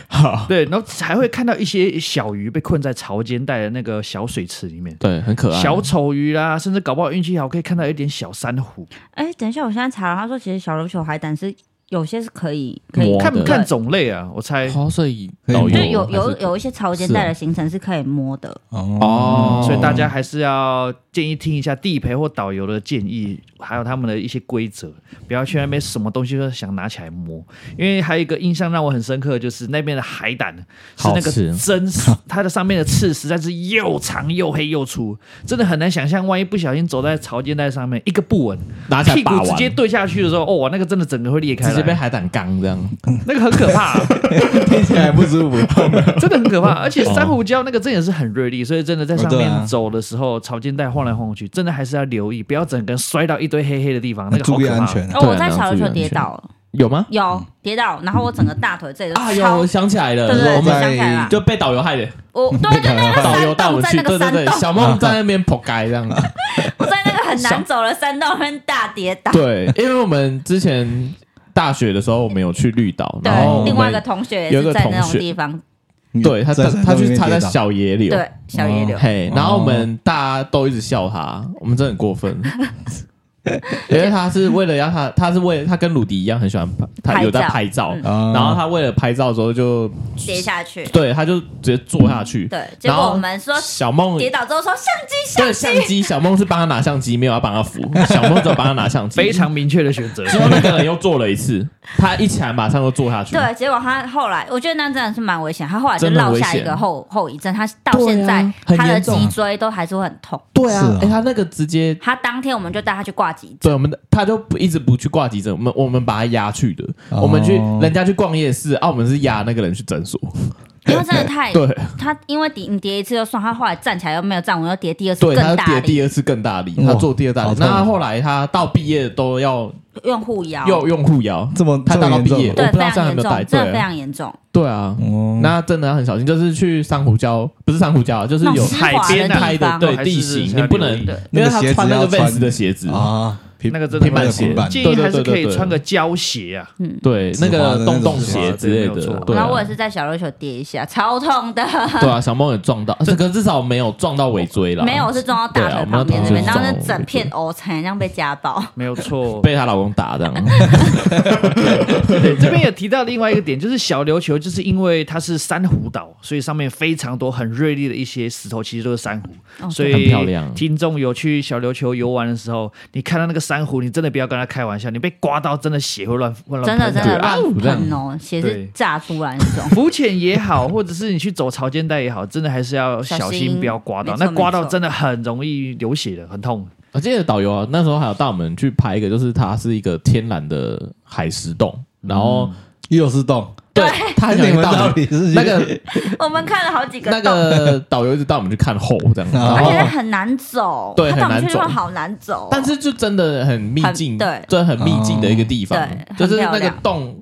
C: 好，
D: 对，然后还会看到一些小鱼被困在潮间带的那个小水池里面，
C: 对，很可爱。啊
D: 小丑鱼啦，甚至搞不好运气好可以看到一点小珊瑚。
A: 哎，等一下，我现在查了，他说其实小琉球海胆是有些是可以可以
C: 摸
D: 看
C: 的
D: 不看种类啊？我猜，
C: 哦，所以
B: 可以
C: 导游
A: 就有
C: 还
A: 有
C: 是
A: 有一些潮间带的行程是可以摸的，
B: 哦，
C: 哦，
D: 所以大家还是要建议听一下地陪或导游的建议，还有他们的一些规则，不要去那边什么东西都想拿起来摸。因为还有一个印象让我很深刻，就是那边的海胆是那
C: 好吃
D: 个针，它的上面的刺实在是又长又黑又粗，真的很难想象，万一不小心走在潮间带上面，一个不稳，
C: 拿起来
D: 屁
C: 把
D: 股
C: 玩，
D: 直接对下去的时候，哦，那个真的整个会裂开
C: 直接被
D: 来，
C: 海胆刚这样。
D: 那个很可怕、啊
B: 听起来不舒 服。
D: 真的 很可怕，而
C: 哦
D: 且珊瑚礁那个真的是很锐利，所以真的在上
B: 哦对啊
D: 面走的时候，潮间带晃来晃去，真的还是要留意，不要整个人摔到一堆黑黑的地方，那个好
B: 注意
D: 可
B: 安
D: 怕。
B: 全啊！
A: 哦，
C: 对
A: 我在
C: 那注
A: 小琉
C: 意
A: 球
C: 安
A: 跌
C: 全
A: 倒了，
C: 有吗？
A: 有跌倒，然后我整个大腿这里都
C: 啊，有，
A: 超
C: 我想起来了，
A: 对对
C: 我
A: 对，
C: 们
A: 我想起来了，
C: 就被导游害的，
A: 我对对啊对，那
C: 导游
A: 个山
C: 带我
A: 洞
C: 们
A: 在
C: 去，
A: 那
C: 对
A: 个
C: 对
A: 山啊
C: 对，
A: 洞，
C: 小梦在那边扑街这样。
A: 我在那个很难走的山洞边大跌倒。
C: 对，因为我们之前大学的时候，我们有去绿岛，然后我们
A: 对，另外一个同学也
C: 有一
A: 是
C: 个
A: 在那
C: 同
A: 种
C: 学
A: 地方，
C: 对他他
B: 山
C: 他
B: 洞里
C: 去
B: 面
C: 他在
B: 跌倒哦
C: 小野柳，
A: 对，小野柳。
C: 哦嘿，然后我们大家都一直笑他，我们真的很过 分。因为他是为了要他，他是为了他跟鲁迪一样很喜欢拍，他
A: 拍
C: 有在
A: 照
C: 拍照，
B: 嗯
C: 然后他为了拍照的时候就
A: 跌下去。
C: 对，他就直接坐下去。
A: 对，结果我们说
C: 小梦
A: 跌倒之后说相机
C: 对
A: 相
C: 相
A: 机，
C: 机，小梦是帮他拿相机，没有要帮他 扶，小梦只有帮他拿相机。
D: 非常明确的选 择，
C: 之 后那个人又坐了一 次，他一起来马上就坐下去。
A: 对，结果他后来，我觉得那真的是蛮危险。他后来就
C: 真的
A: 落
C: 危
A: 下一
C: 险
A: 个后后遗症，他到
C: 对啊
A: 现在
C: 很
A: 他的
C: 严重
A: 脊椎都还是会很痛。
C: 对啊
B: 是啊，
C: 哎，他那个直接。
A: 他当天我们就带他去挂急诊，
C: 对，我们他就不一直不去挂急诊，我们我们把他压去的，
B: 哦
C: 我们去人家去逛夜市，啊，我们是压那个人去诊所，
A: 因为真的太
C: 对
A: 他，因为跌你跌一次就算，他后来站起来又没有站稳，又跌第二次
C: 对，他
A: 更大
C: 跌
A: 力，
C: 第二次更大力，
B: 哇
C: 他做第二大
B: 好
C: 力，
B: 痛
C: 那他后来他到毕业都要
A: 用护腰，
C: 要用护腰，
B: 这么
C: 他
B: 这么
C: 打到
B: 严重
C: 毕业
B: 吗
A: 对
C: 我不
A: 非
C: 知道这样
A: 常
C: 有
A: 严
C: 没有带
A: 重，真
C: 对
A: 的非常严重。
C: 对啊，
B: 哦，
C: 那真的要很小心，就是去珊瑚礁，不是珊瑚礁啊，就是
A: 那种
C: 有
A: 湿
D: 海
A: 滑的
D: 边的
A: 地
C: 开的
A: 方，哦
C: 对啊
D: 还是
C: 地形，
D: 是要
C: 你不
D: 留
C: 能
D: 意的
C: 因为他穿那
B: 那
C: 个
B: 个鞋子要
C: Vans 的鞋子，
B: 啊，平
D: 那个真的
C: 平板
D: 会
C: 鞋
D: 有
B: 板
D: 建议还是
C: 对对对
D: 可以
C: 对
D: 穿个胶鞋啊。
C: 对，
B: 直
C: 那
B: 滑
C: 个
B: 的那
C: 洞
B: 种
C: 洞
B: 鞋
C: 鞋
D: 子
C: 之类
D: 没有
C: 的
D: 错，
C: 对
A: 然
C: 啊
A: 后，我也是在小琉球跌一下，超痛的，
C: 对 啊，小梦也撞到，这个至少没有撞到尾椎了，
A: 没有，我是撞到大
C: 对啊
A: 腿
C: 我们要
A: 旁边那边，
C: 同
A: 然
C: 时
A: 后那
C: 撞
A: 整片哦，惨，像被家暴。
D: 没 有错，
C: 被她老公打这样，
D: 对，这边也提到另外一个点，就是小琉球，就是因为它是珊瑚岛，所以上面非常多很锐利的一些石头，其实都是珊瑚，
A: 哦
D: 所以
C: 很漂亮
D: 听众有去小琉球游玩的时候，你看到那个珊瑚，你真的不要跟他开玩笑，你被刮到真的血会乱乱
A: 真
D: 乱
A: 的真
D: 喷
C: 对
A: 的
C: 啊
A: 乱
C: 这样
A: 喷哦，血是
D: 对。
A: 炸出来那种
D: 浮潜也好，或者是你去走潮间带也好，真的还是要小
A: 小心
D: 心不要刮到
A: 没，错
D: 那刮到
A: 没错
D: 真的很容易流血的，很痛。
C: 我记得导游啊，那时候还有带我们去拍一个，就是它是一个天然的海石洞，然
D: 嗯
C: 后
B: 又是洞，
C: 对，他很
B: 你
C: 想
B: 们
C: 带我
B: 到
C: 们
B: 底是
C: 那个
A: 我们看了好几个
C: 那
A: 洞，
C: 个导游一直带我们去看后这样，然
A: 而
C: 后
A: 且它很难走，
C: 对
A: 它到我们
C: 很难
A: 去的话
C: 走
A: 好难走哦。
C: 但是就真的很秘境，
A: 很对
C: 真的很秘境的一个地方，
A: 哦
C: 就
A: 对
C: 是
A: 很
C: 那
A: 漂
C: 个
A: 亮
C: 洞，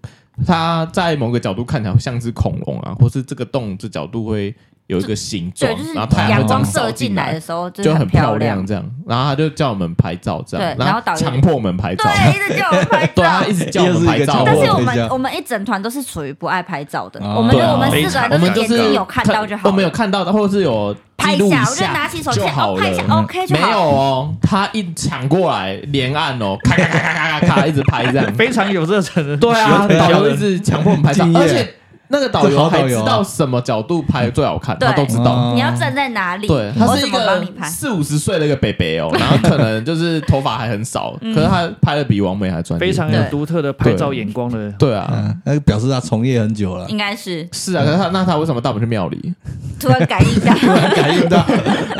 C: 它在某个角度看起来像是恐龙啊，或是这个洞这角度会有一个形状
A: 对，就，是
C: 然后太
A: 阳
C: 会这
A: 光
C: 样
A: 射
C: 照
A: 进来
C: 来
A: 的，时候，就是
C: 就
A: 很
C: 漂
A: 亮。
C: 这样。然后他就叫我们拍照这样，
A: 对然后导游
C: 强迫我们拍照，
A: 对，一直叫我们拍
C: 对啊
A: 照
C: 他。一直叫哦我
B: 又
C: 们
B: 是一
C: 拍
B: 个
C: 照，
B: 强
A: 但
B: 迫
A: 是
B: 我
A: 我
B: 们
A: 们
B: 家
A: 我们一整团都是处于不爱拍照的，
B: 哦
A: 我们就
C: 对啊
A: 我们
D: 非
A: 四
D: 常
A: 个
C: 我们
A: 人
C: 就
A: 眼
C: 是
A: 睛有看到就好
C: 我们有
A: 了。
C: 看到的，或者是有
A: 拍
C: 记录
A: 一下
C: 下
A: 我就拿起手机
C: 好
A: 哦拍一下
C: 了。嗯
A: OK 就
C: 没
A: 好
C: 有
A: 了。
C: 哦，他一抢过来连按哦，咔咔咔咔咔咔咔，一直拍这样。
D: 非常有热忱的，
C: 对啊，
B: 喜欢
C: 导
B: 挑
C: 游
B: 人
C: 一直强迫我们拍照
B: 敬，业
C: 而且那个导
B: 这
C: 游
B: 好导
C: 还
B: 游啊
C: 知道什么角度拍最好看，
A: 对嗯
C: 他都知道。
B: 嗯
A: 你要站在哪里？
C: 对，他
A: 我
C: 是
A: 怎
C: 一
A: 么帮你
C: 个
A: 拍？
C: 四五十岁的一个北北哦，然后可能就是头发还很少，
A: 嗯
C: 可是他拍的比王美还专业。
D: 非常有
A: 对
D: 独特的拍照眼光的。
C: 对啊，呃
B: 嗯，那个表示他从业很久了，
A: 应该是
B: 嗯
C: 是啊，可是他那他为什么带我们去庙里？
A: 突然感应 到，
B: 感应到，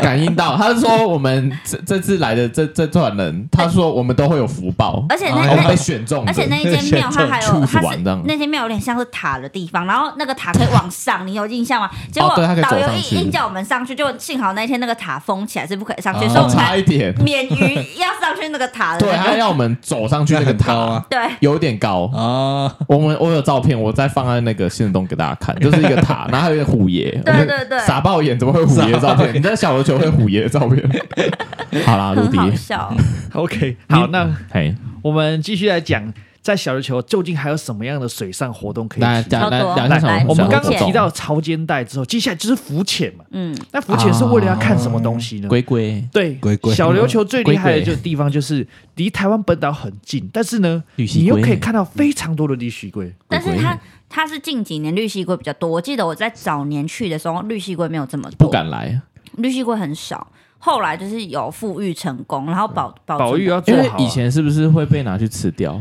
C: 感应到，他是说我们 这这次来的这这团人，他说我们都会有福报，
A: 而且那
C: 然后
A: 那
C: 被选中的，
A: 而且那一间庙它还有，
C: 出去
A: 它 是
C: 玩这样
A: 那间庙有点像是塔的地方，然后那个塔可以往上，你有印象吗？结果
C: 哦对它可以走
A: 导游
C: 上去
A: 硬硬叫我们上去，就幸好那天那个塔封起来是不可以上去，
B: 哦
A: 所以
C: 哦
A: 我们
C: 差
A: 才
C: 一点，
A: 免于要上去那个塔的
C: 对，
A: 那
C: 他
A: 个。
C: 要我们走上去那个
B: 很
C: 塔
B: 高啊，
A: 对，
C: 有点高。
B: 啊，
C: 我们我有照片，我再放在那个现动给大家看，就是一个 塔，然后还有一个虎爷，
A: 对
C: 我们
A: 对对
C: 傻爆眼，怎么会虎爷的照片？你在小琉球会虎爷的照 片？好啦，陆
A: 很
C: 迪，
A: 好笑。
D: OK，好，那
C: 嘿，
D: 我们继续来讲，在小琉球究竟还有什么样的水上活动可以
C: 来
D: 体验？
C: 讲
A: 超
C: 来
A: 多
C: 讲一
A: 来
C: 下小
A: 来
C: 琉
D: 我
C: 球
D: 们刚
A: 浮
D: 刚
A: 潜
D: 提到潮间带之后，接下来就是浮潜嘛。
A: 嗯，
D: 那浮潜是为了要看什么东西呢？
C: 龟龟
D: 对，
B: 龟龟
D: 小琉球最厉害的
C: 龟
D: 就地方就是离台湾本岛很近，但是呢，
C: 绿蜥龟
D: 你又可以看到非常多的绿蜥龟。
A: 但是它它是近几年绿蜥龟比较多，我记得我在早年去的时候，绿蜥龟没有这么多，
C: 不敢来，
A: 绿蜥龟很少。后来就是有富裕成功，然后保保
D: 嗯保育要
C: 因
D: 做
C: 为
D: 好啊、
C: 以前是不是会被拿去吃掉？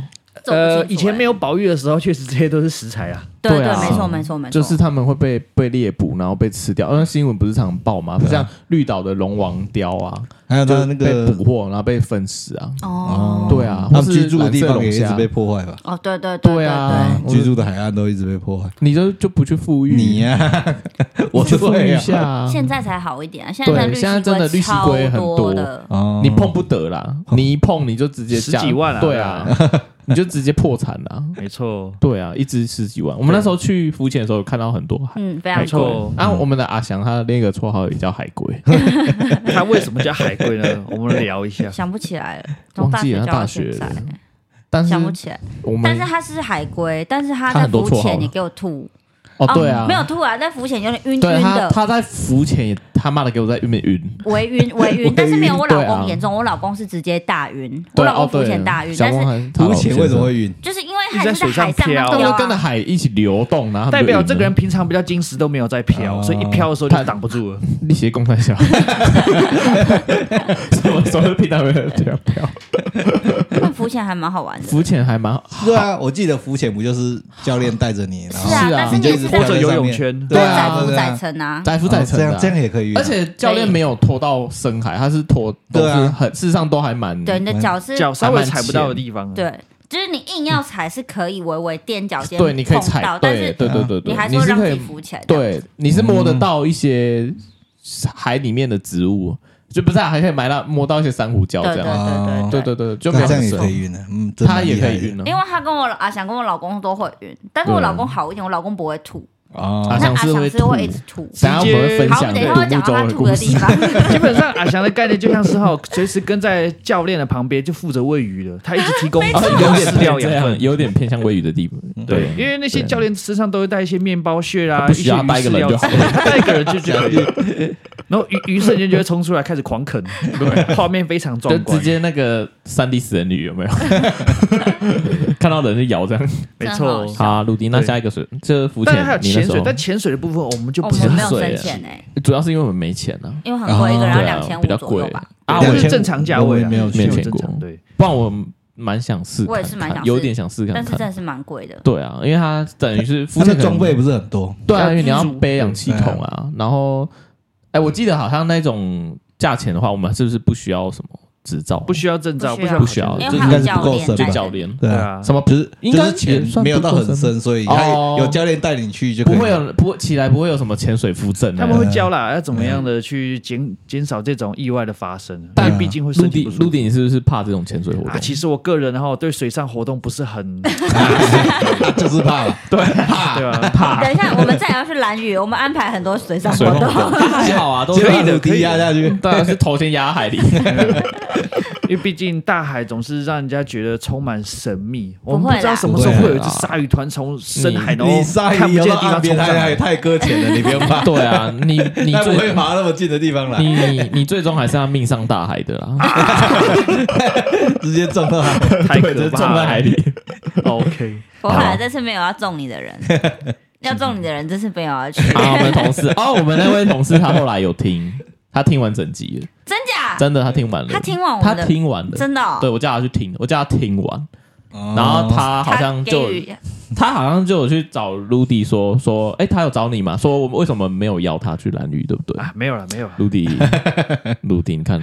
D: 呃，以前没
A: 有
D: 有保育的时候，确实这些都是食材啊。
A: 对
C: 对啊
A: 没错没错没错，
C: 就是他们会被被猎捕，然后被吃掉。那新闻不是常报吗？像绿岛的龙王雕啊，
B: 还有
C: 就
B: 他
C: 是
B: 那
C: 被
B: 个
C: 捕获，然后被分食啊。
A: 哦
C: 对啊，
B: 他
C: 或
B: 们
C: 是
B: 居住的地
C: 蓝色龙
B: 方也一直
C: 虾
B: 被破坏吧？
A: 哦对对
C: 对
A: 对
B: 哎
C: 啊
A: 对
C: 我
B: 居住的海岸都一直被破坏。
C: 你就就不去富裕，
B: 你啊呀、
C: 我去富裕一
B: 啊
C: 下啊，
A: 现在才好一点啊，现
C: 对
A: 在绿
C: 现在真的绿蜥
A: 超
C: 龟很多
A: 多的，
B: 哦
C: 嗯你碰不得啦，你一碰你就直接
D: 十
C: 降
D: 几万啊
C: 对 啊，你就直接破产啦。
D: 没错，
C: 对啊，一只十几万。我们那时候去浮潜的时候，有看到很多海。
A: 嗯，非
D: 没
A: 常多。
D: 错。
C: 啊，我们的阿翔他另一个绰号也叫海龟，
D: 它为什么叫海龟呢？我们聊一下。
A: 想不起来了，从
C: 忘
A: 大
C: 记
A: 学
C: 了
A: 教
C: 大
A: 到
C: 学
A: 现在，
C: 的但是
A: 想不起来。
C: 我
A: 但
C: 们
A: 是它是海龟，但是它
C: 它
A: 在
C: 很多绰
A: 浮
C: 号
A: 潜，
C: 了
A: 你给我吐
C: 哦对啊，
A: 没有吐啊，在浮潜有点晕晕
C: 对他，
A: 的，
C: 他在浮潜也他妈的给我在晕晕。
A: 微晕微晕，但是没有我老
C: 对啊
A: 公严重，我老公是直接大晕，我
C: 对
A: 老
C: 哦
A: 公浮
C: 对，
A: 潜大晕，
C: 小
A: 但
C: 梦
A: 是
C: 很
B: 浮潜为什么？会晕？
A: 就是因为它也是
D: 一直
A: 在
D: 在
A: 海
D: 水上
A: 上
D: 飘
A: 飘
C: 他
A: 啊
C: 们跟着海一起流动，然后
D: 代表这个 人
C: 人
D: 平常比较精实，都没有在飘，
B: 哦
D: 所以一飘的时候就挡不住了。
C: 力气共太 小，什么时候平常没有这样飘？
A: 但浮潜还蛮好玩的。
C: 浮潜还蛮
B: 对啊，我记得浮潜不就是教练带着你，然后
A: 是啊，
C: 是啊
A: 但是
B: 你就
A: 你
B: 一
A: 也
B: 直
A: 是
B: 飘
A: 在
D: 或者
B: 在上面
D: 游泳圈
B: 对
A: 载
B: 啊，
A: 浮
B: 对
A: 载
B: 啊，
A: 沉啊，
C: 载浮
B: 哦
C: 载沉
B: 这
C: 的
B: 样
C: 啊，
B: 这样也可以晕啊，
C: 而且教练没有拖到深海，他是拖都是
B: 对啊
C: 很事实上都还蛮
A: 对，你的脚是
D: 脚稍微踩不到的地方，，啊
A: 对，就是你硬要踩是可以微微踮脚尖，
C: 对，你可以踩
A: 碰到，，但
C: 对
A: 是
C: 对对
B: 嗯
C: 对
A: 你还
C: 对，
A: 是
C: 你
A: 会
C: 是
A: 让
C: 可
A: 自己
C: 以
A: 浮起来。，
C: 对，你是摸得到一些海里面的植物，就不是啊还可以买到摸到一些珊瑚礁
A: 对
C: 这
A: 对
C: 样。
B: 哦
A: 对
C: 对对
A: 对
C: 对，
A: 对。
C: 就啊没
B: 那
C: 有
B: 这样
C: 很
B: 也可
C: 深，
B: 以晕的，嗯，真的
C: 他也可以
B: 蛮厉害的
C: 晕啊。
A: 因为他跟我啊想跟我老公都会晕，但是我
C: 对
A: 老公好一点，我老公不会吐，
C: 阿
A: 但
C: 翔
A: 是
B: 哦
A: 阿
C: 是
A: 翔
C: 会
A: 是会一
C: 吐
A: 直吐。
C: 等一下我们会分
A: 好，我
C: 享
A: 们等一下会
C: 独
A: 讲
C: 木
A: 到
C: 舟
A: 他
C: 的
A: 吐
C: 故
A: 的地
C: 事。
A: 方。
D: 基本上阿翔的概念就像是哈，随时跟在教练的旁边就负责喂鱼的，他一直 提供
C: 啊，有
D: 优
C: 点
D: 势
C: 偏
D: 料
C: 这
D: 养
C: 样，
D: 分。
C: 有点偏向微雨的地方。
B: 嗯
D: 对，因为那些
C: 对
D: 教练身上都会带一些面包屑啦，
C: 他不需要
D: 一
C: 带
D: 些
C: 一个人
D: 鱼饲料
C: 就好
D: 之类的 他带一个人就就可以了。 然后鱼鱼瞬间就会冲出来开始狂啃， 画面非常
C: 就
D: 壮观
C: 直，接那个三 D 死人鱼有没有？ 看到人就摇这样。
D: 没
A: 真的
D: 错
A: 好。笑
C: 好啊，鲁迪，那下一个水，这浮
D: 当
C: 潜
D: 然还有，
C: 你那
D: 潜
C: 时
D: 水
C: 候，
D: 但潜水的部分我们就
A: 哦我
D: 不
A: 们没有
C: 水
A: 深
C: 啊
A: 潜哎，
C: 主要是因为我们没钱啊，
A: 因为很贵，一个人要
C: 对啊
A: 两千
C: 比
A: 五
C: 较
A: 左右
C: 贵
A: 吧。
D: 啊，
B: 两
D: 我是
B: 千
D: 正常价位啊，
B: 我也没有
D: 没
C: 去
D: 正常对。
C: 不然我蛮想试看看，
A: 我也是蛮想试
C: 有点想试看
A: 但是真
C: 看。
A: 的是蛮贵的。
C: 对啊，因为它等于是浮
B: 他的
C: 潜
B: 装备
C: 可能，
B: 不是很多，
C: 对啊，
D: 要
C: 因为你要
D: 自主
C: 背氧气筒啊，然后，哎，我记得好像那种价钱的话，我们是不是不需要什么执照？
D: 不需要证照，
A: 不需要
C: 不
D: 不
C: 需要
A: 因
C: 这
A: 为还有
B: 应该是
A: 教
B: 不够
A: 练
B: 深
A: 在
C: 就
B: 吧
C: 教
A: 的，
C: 练
B: 对
D: 对
B: 啊，
D: 啊，
C: 什么
B: 只是
C: 应
B: 就
C: 该
B: 是
C: 也算
B: 潜没有到很深，所以他
C: 哦
B: 有教练带你去就可以
C: 不
B: 了
C: 会啊有不会起来不会有什么潜水扶正
D: 啊
C: 啊
D: 他
C: 的。
D: 们会教啦，要怎么样的去减减少这种意外的发生，
C: 但
D: 但毕竟会
C: 陆
D: 身体
C: 地
D: 不舒
C: 陆
D: 服
C: 地，你是不是怕这种潜水活
D: 啊。
C: 动？
D: 其实我个人哈、对水上活动不是很对啊
B: 就是怕了，对，怕
D: 吧、
A: 等一下，我们再要去蓝屿，我们安排很多水上活
C: 水
A: 动。
C: 还好啊，都
B: 可以
C: 的。
B: 的，可以压下去，
C: 当然是头先压海里，
D: 因为毕竟大海总是让人家觉得充满神秘，
A: 不
D: 我们
A: 会
D: 不知道
A: 啦
D: 什么时候
B: 不
D: 会
B: 会
D: 有一
C: 啦
D: 只鲨鱼团从深海然后
B: 你鲨
D: 看
B: 鱼游
D: 不见
B: 到
D: 的地
B: 岸
D: 方冲
B: 边，
D: 上
B: 它太
D: 来。
B: 太搁浅了，你不用怕，
C: 对啊，你你
B: 它不
C: 最
B: 会爬到那么近的地方来，
C: 你你你最终还是要命丧大海的 啦，
B: 直接撞到海，
D: 太可怕了
B: 对直接
C: 撞在海 里。
D: OK，
A: 我看来这次没有要中你 的人，要中你的人这次没有要去，
C: 啊，我们同事哦，我们那位同事他后来有听，他听完整集了，
A: 真假？
C: 真的他听完了，
A: 他听完我
C: 他
A: 们的，
C: 听完了，
A: 真的哦
C: 对我叫他去听，我叫他听完，
B: 哦
C: 然后他好像就
A: 他给予
C: 他好像就有去找 Rudy 说说，哎、他有找你嘛？说我们为什么没有邀他去蓝屿，对不对
D: 啊，没有了，没有了。
C: ？Rudy Rudy，你看，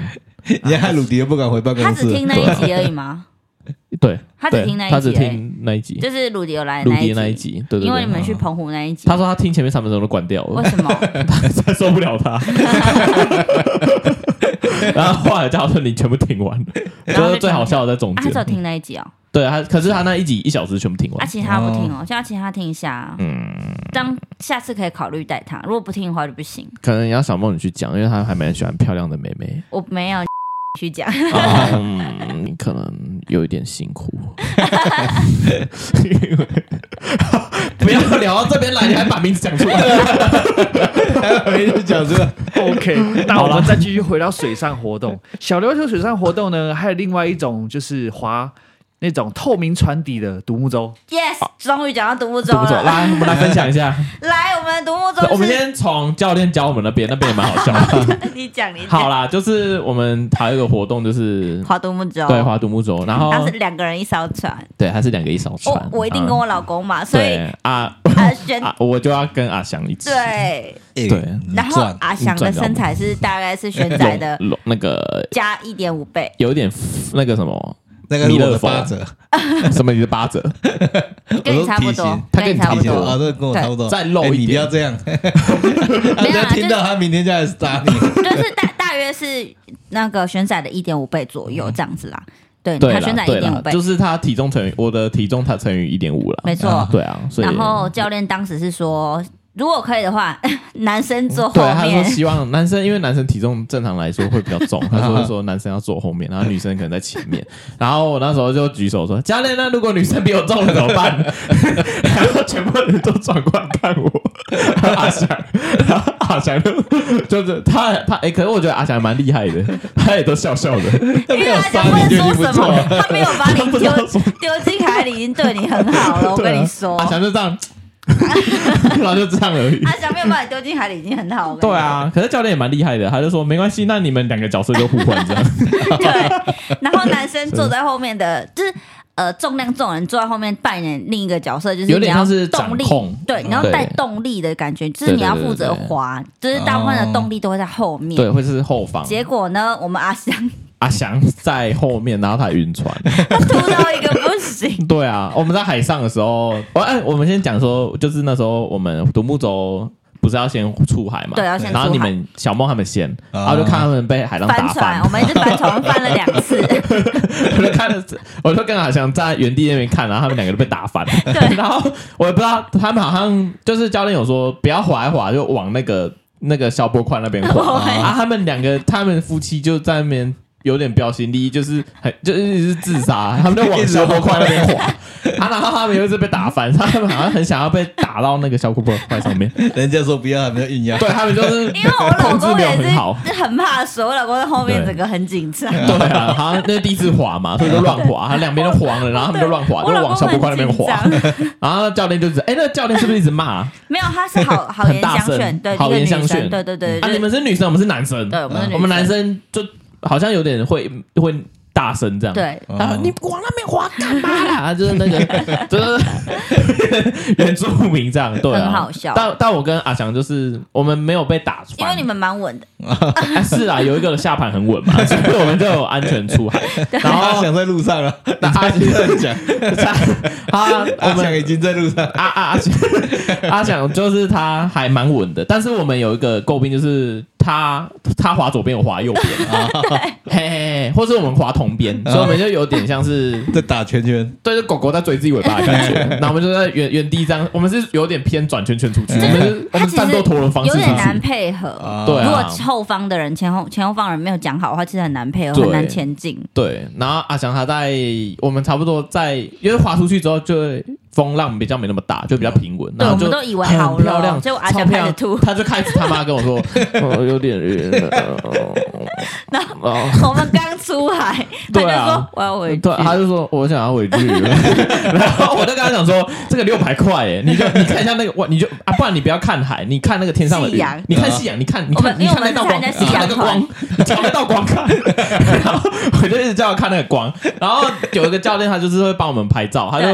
B: 你看鲁迪又不敢回办
A: 他
B: 公
A: 只
B: 室
A: 听，那一集而已 吗？
C: 对，
A: 他只
C: 对
A: 听那一
C: 他只
A: 集而已
C: 听那一集，
A: 就是鲁迪有来的
C: 鲁
A: 那
C: 迪
A: 一
C: 那一
A: 集，
C: 集，对对对。
A: 因为你们去
C: 嗯
A: 澎湖那一集
C: 他，说他听前面三分钟都关掉了
A: 为， 什么？啊
C: 他受不了他。 然后后来叫他说你全部听完，我觉
A: 然后
C: 得
A: 就
C: 最好笑的在中
A: 啊他只有
C: 间。
A: 听那一集哦，
C: 对，他可是他那一集一小时全部听
A: 啊，
C: 完，
A: 其他不听哦，叫其他听一下啊。
C: 嗯
A: 当下次可以考虑带他，如果不听的话就不行。
C: 可能也要小梦你去讲，因为他还蛮喜欢漂亮的妹 妹。
A: 我 没有去讲，
C: 啊嗯，可能有一点辛 苦。不 要聊到这边来，你还把名字讲出来。
B: 没人讲这个
D: OK，那我们再继续回到水上活动。 小琉球水上活动呢，还有另外一种就是划那种透明船底的独木舟。
A: Yes，终于讲到独木舟
C: 怎么走？
A: 了。
C: 来，我们来分享一 下。
A: 来，我们的独木
C: 我
A: 舟
C: 们
A: 啊是
C: 先从教练教我们那边，那边也蛮好笑的。
A: 你讲，你
C: 好
A: 讲。
C: 啦，就是我们还有一个活动，就是
A: 划独木舟，
C: 对划独木舟，然后
A: 它是两个人一艘船。
C: 对，还是两个一艘船
A: 我。我一定跟
C: 嗯
A: 我老公嘛，所 以
C: 对啊
A: 阿轩
C: 啊，我就要跟阿翔一起。
A: 对，
B: 哎
C: 对
B: 你
A: 然后
B: 赚
A: 阿翔的身材是大概是轩仔的
C: 龙那个
A: 加一点五倍，
C: 有点那个什 么
B: 那个是我
C: 弥勒
B: 的
C: 佛
B: 八折，
C: 什么你的八折，
A: 跟
B: 我
A: 你
B: 说
A: 差不
B: 体
A: 多
B: 型，
C: 他
A: 跟
C: 跟你
A: 差
C: 差
A: 不
C: 不多
A: 多
B: 啊，。这跟我
A: 对
B: 差不多，
C: 再露
B: 哎
C: 一
B: 你不
C: 点
B: 要这样，
A: 没有啊
B: 人家听到他明天就来杀你。
A: 就是大大约是那个轩仔的一点五倍左右这样子啦。对，
C: 嗯对
A: 他
C: 啦
A: 轩仔一
C: 对
A: 点
C: 啦
A: 五，倍
C: 就，是他体重乘以我的体重，他乘以一点五了，
A: 没错。
C: 对啊，所以
A: 然后教练当时是说，如果可以的话， 男生坐后
C: 对他说
A: 面。
C: 希望男生，因为男生体重正常来说会比较重，他说说男生要坐后面，然后女生可能在前面。然后我那时候就举手说：“教练，那如果女生比我重了怎么办？”然后全部人都转过来看我， 阿翔，然后阿翔就就是他他哎、可是我觉得阿翔蛮厉害的，他也都笑笑的，
A: 因为他就不能说什么，他没有把 你丢丢进海里，已经对你很好了。我
C: 对啊
A: 跟你说，啊
C: 阿翔就这样， 然后就这样而 已。
A: 阿翔没有把你丢进海里，已经很好了。
C: 对，啊，可是教练也蛮厉害的，他就说没关系，那你们两个角色就互换这样。
A: 对。然后男生坐在后面的，就是呃重量重的人坐在后面扮演另一个角色，就是
C: 有
A: 你
C: 点
A: 要
C: 像是掌
A: 动力
C: 控，
A: 对，你要
C: 对
A: 带动力的感觉，就是你要负责滑，就是大部分的动力都会在后面。
C: 哦对，会是后方。
A: 结果呢，我们阿翔
C: 阿翔在后面，然后他晕船。
A: 他吐到一个不行，
C: 对啊，我们在海上的时候，我哎，我们先讲说，就是那时候我们独木舟不是要先出海嘛？
A: 对，要先
C: 然后
A: 出
C: 你
A: 海。
C: 们小梦他们先，
B: 啊
C: 然后就看他们被海浪
A: 翻
C: 打
A: 船，
C: 翻
A: 我，们一直翻船翻了两次，
C: 我就看，我就跟阿翔在原地那边看，然后他们两个都被打翻。对，然后我也不知道他们好像就是教练有说不要划一划，就往那个那个消波块那边 划。啊，他们两个他们夫妻就在那边有点标新立异，就是很就是一直是自杀，他们就往消波块那边 滑，啊，然后他们又是被打翻，他们好像很想要被打到那个消波块上面，
B: 人家说不要，他们要硬要。
C: 对他们就是
A: 因为我老
C: 控制
A: 公
C: 没有
A: 也
C: 很
A: 是
C: 好。
A: 是很怕水，我老公在后面
C: 对
A: 整个很紧 张。
C: 对啊，好像那是第一次滑嘛，所以就乱滑，他两边都黄了，然后他们就乱滑，就
A: 我老
C: 往
A: 公
C: 消波块那
A: 很
C: 边
A: 紧
C: 滑。
A: 张，
C: 然后教练就指，哎、那教练是不是一直骂啊？
A: 没有，他是 好好言
C: 很大
A: 相
C: 声
A: 劝，对，一
C: 好
A: 个
C: 言
A: 女
C: 相
A: 生，
C: 劝
A: 对对 对
C: 啊，你
A: 对，
C: 们是女生，我们是男生，
A: 对，我们是
C: 我们男
A: 女生，
C: 生就好像有点会会大声这样。，
A: 对，
B: 哦
C: 然后你往那边滑干嘛啦？ 就是那个，就是 原住民这样，对啊，
A: 很好笑
C: 但但我跟阿翔就是，我们没有被打穿，
A: 因为你们蛮稳的，
C: 啊是啊，有一个下盘很稳嘛，所以我们就有安全出 海。然
B: 阿
C: 后
B: 翔在路上了，
C: 那阿
B: 你在讲，
C: 啊，我
B: 阿
C: 们
B: 翔已经在路上。
C: 阿阿阿翔， 阿翔就是他还蛮稳的，但是我们有一个诟病就是他他滑左边，我滑右 边，嘿嘿嘿，或是我们滑同边，所以我们就有点像是
B: 在打圈圈，
C: 对着狗狗在追自己尾巴的 感觉，那我们就在原原地这样，我们是有点偏转圈圈出去，我们是我
A: 他
C: 们
A: 其
C: 战
A: 实
C: 斗陀螺方式
A: 有
C: 出
A: 点难
C: 去，
A: 配合。
B: 啊
C: 对啊
A: 如果后方的人前后前后方人没有讲好的话，其实很难配合，
C: 对
A: 很难前进。
C: 对，然后阿翔他在我们差不多在，因为滑出去之后就会风浪比较没那么大，就比较平稳。
A: 对
C: 然后就
A: 我们都以为
C: 很
A: 好了
C: 漂亮，
A: 结果阿
C: 超
A: 翔
C: 漂亮
A: 开始吐
C: 他就开始他妈跟我说，哦、有点晕了， 哦
A: 然后
C: 哦，
A: 我们刚出 海，他
C: 对
A: 就
C: 啊
A: 说我 要回去
C: 对，，他就说我想要回 去，然后我就跟他讲说，这个六百块耶，你就你看一下那个，哇，你就啊，不然你不要看海，你看那个天上的
A: 夕
C: 云
A: 阳，
C: 你看夕阳，你看你
A: 我们
C: 看你看
A: 因为
C: 那
A: 我
C: 道光，
A: 们参加
C: 你
A: 夕
C: 看
A: 阳
C: 那个光，你看那道光 看，然后我就一直叫他看那个光，然后有一个教练他就是会帮我们拍照，他就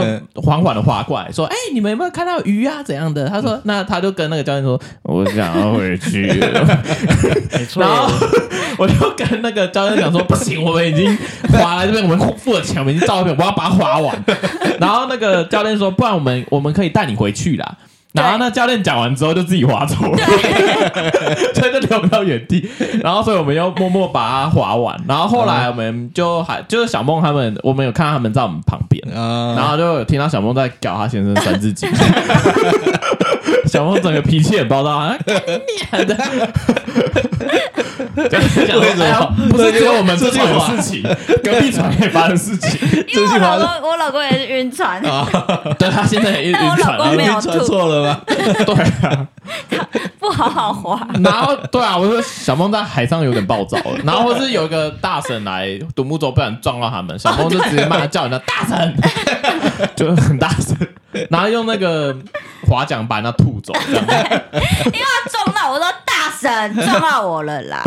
C: 缓缓的划过来说，哎，你们有没有看到鱼啊怎样的？他
A: 嗯
C: 说，那他就跟那个教练说，我想要回去了。
D: 没错
C: 然后 我就跟那个教练讲说，不行，我们已经划来这边，我们付了钱，我们已经照片，我要把它划 完。然后那个教练说，不然我们我们可以带你回去啦。然后那教练讲完之后就自己划走了， 所以就留不到原地。然后所以我们又默默把它划完。然后后来我们就还就是小梦他们，我们有看到他们在我们旁边，
B: 啊，
C: 然后就有听到小梦在搞他先生三字 经。小梦整个脾气很暴躁，啊，干你娘的！ 就是想说
B: 为什么
C: 哎呀不是只有我们这
B: 这句
C: 船有
B: 话
C: 事情，隔壁船也发生事 情。
A: 因为我老公我老公也是晕船，
C: 啊对他现在也一直
A: 但我
C: 船
A: 老
C: 啊
A: 公，没有
B: 你传
A: 吐
B: 错了吧？
C: 对啊。
A: 不好好滑，
C: 然后对啊，我说小梦在海上有点暴躁了，然后或是有一个大神来独木舟，不然撞到他们，小梦就直接骂叫人家大神，就很大声，然后用那个划桨把那吐走，这样
A: 因为他撞到我说大 神撞到我了啦，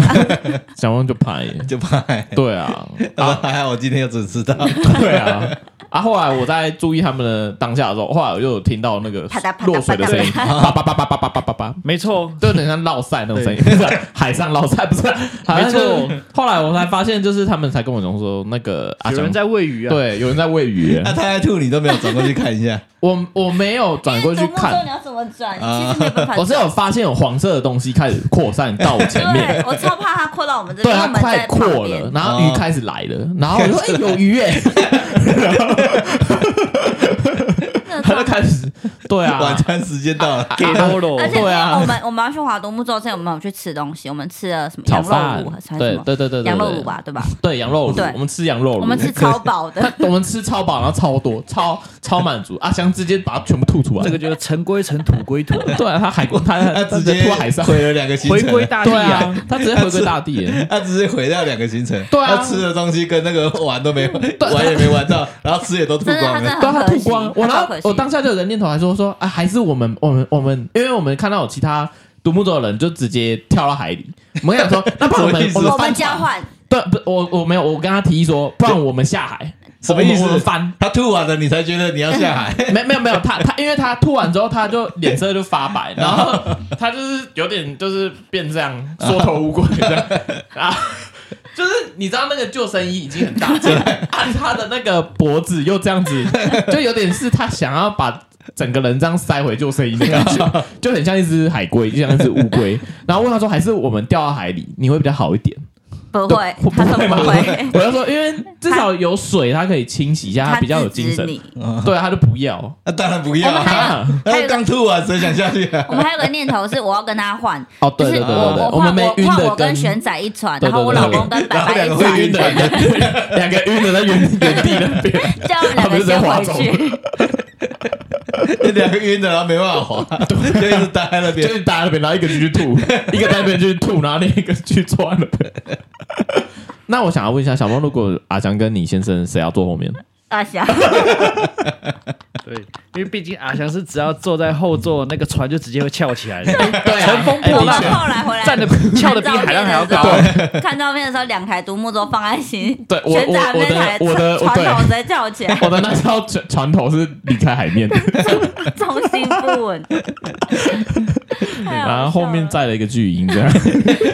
C: 小梦就怕耶。
B: 就怕欸，
C: 对啊，
B: 啊，还好我今天又准知道，
C: 对啊。啊！后来我在注意他们的当下的时候，后来我就有听到那个
A: 啪嗒啪嗒
C: 落水的声音，
A: 啪
C: 叭叭叭叭叭叭叭叭叭，
D: 没错，
C: 就有点像落塞那种声音，不是啊海上落塞，不是啊？好像就是
D: 没错。
C: 后来我才发现，就是他们才跟我讲说，那个阿
D: 有人
C: 翔
D: 在喂鱼啊，，
C: 对，有人在喂 鱼
B: 啊那。他在吐，你都没有转过去看一下，
C: 我我没有转过去
A: 独木舟
C: 看
A: 你，要哎怎么转？
B: 啊
A: 其实没有办法
C: 我是
A: 转。
C: 有发现有黄色的东西开始扩散到我前面，
A: 对，我超怕他扩到我们这
C: 对，
A: 边，
C: 它
A: 因为我们
C: 快
A: 在旁
C: 扩
A: 边
C: 了，然
D: 哦
C: 后鱼开始来了，然后我就说：“哎、有鱼 哎、
A: 真的
C: 他就
A: 超
C: 开始，对啊
B: 晚，餐时间到了，
D: 给喽喽
A: 而，且哦
C: 对啊
A: 我们我们要去华独木舟之前，我们有去吃东西，我们吃了什么
C: 炒
A: 羊
C: 饭
A: 肉卤还是什，
C: 对
A: 么
C: 对对对，对
A: 羊肉卤，吧，对吧？
C: 对羊肉
A: 对
C: 卤，我们吃羊肉卤，哎
A: 我们吃超饱 的，
C: 我们吃超饱，然后超多，超超满足，阿香直接把它全部吐出来，
D: 这个就是尘归尘，土归 土，
C: 对啊，他海他
B: 他
C: 他
B: 直
C: 接
B: 接
C: 吐海上，
B: 毁了两个行
D: 回
B: 程
D: 归，大地
C: 对
D: 啊
C: 啊。，他直接回归大地耶，
B: 他直接毁掉两个行程，
C: 对啊
B: 他吃的东西跟那个玩都没玩也没玩到，然后吃也都吐
A: 真的，他
B: 光
A: 真的
B: 了，
C: 对啊，他
A: 很可
C: 吐
A: 惜。
C: 光，我
A: 他
C: 然
A: 超
C: 后
A: 可惜
C: 我当下就有人念头还说说啊，还是我们我们我们，因为我们看到有其他独木舟的人就直接跳到海里，我们想说，那不然我
B: 什么
C: 们
B: 意思
C: 们
A: 我们
C: 翻
A: 交
C: 船，
A: 换，
C: 对，不，我我没有，我跟他提议说，不然我们下海，
B: 什么意
C: 我们我
B: 思
C: 们？翻。
B: 他吐完了，你才觉得你要下海，
C: 没没有没有，他他因为他吐完之后，他就脸色就发白，然后他就是有点就是变这样缩头乌龟这样啊，就是你知道那个救生衣已经很大件，按他的那个脖子又这样子，就有点是他想要把。整个人这样塞回救生衣的感觉，就很像一只海龟，就像一只乌龟。然后问他说：“还是我们掉到海里，你会比较好一点
A: 不会
C: 我，
A: 他说
C: 吗，
A: 不会？”
C: 我就说：“因为至少有水，它可以清洗一下，它比较有
A: 制止
C: 精神。
A: 你”
C: 对，他就不要。
B: 那当然不要
A: 我们还
B: 啊，
C: 啊
A: 还
B: 他
A: 有
B: 刚吐完，谁想下去 啊？
A: 我们还有个念头是，我要跟他换，
C: 哦，对
A: 就
C: 对
A: 是
C: 对对对，
A: 我
C: 们
A: 换
C: 没
A: 我
C: 晕
A: 换
C: 的
A: 我跟
C: 跟
A: 玄仔一船，
C: 对
A: 然
C: 对
A: 后我
C: 对
A: 老
C: 对
A: 公跟白
B: 然后
A: 白
B: 两
A: 一
B: 个会晕
A: 船，
B: 的
C: 对对对两个 晕的在原原地那边，
A: 叫我们两个先回 去。
B: 那两个晕的，然后没办法滑，就一直待在那
C: 就
B: 边。
C: 是打那边，然后一个去吐，一个在那边去吐，然后另一个去抓那边。 那我想要问一下小猫，如果阿强跟你先生谁要坐后 面？
A: 阿翔，
D: 对，啊因为毕竟阿翔是只要坐在后座，那个船就直接会翘起来的，
A: 啊
C: 对
D: 乘风
A: 我
D: 破
A: 们
C: 哎
D: 浪，
A: 后来回来
D: 站的翘的比海浪还要 高。
A: 看照片的时候，两台独木舟放在心，
C: 对我
A: 玄仔
C: 我我
A: 那
C: 的
A: 台
C: 我的
A: 船
C: 对
A: 头直接翘起来，
C: 我的那条船船头是离开海 面的，
A: 重心 不稳。太好
C: 然后后面
A: 笑了啊
C: 载了一个巨婴， 这样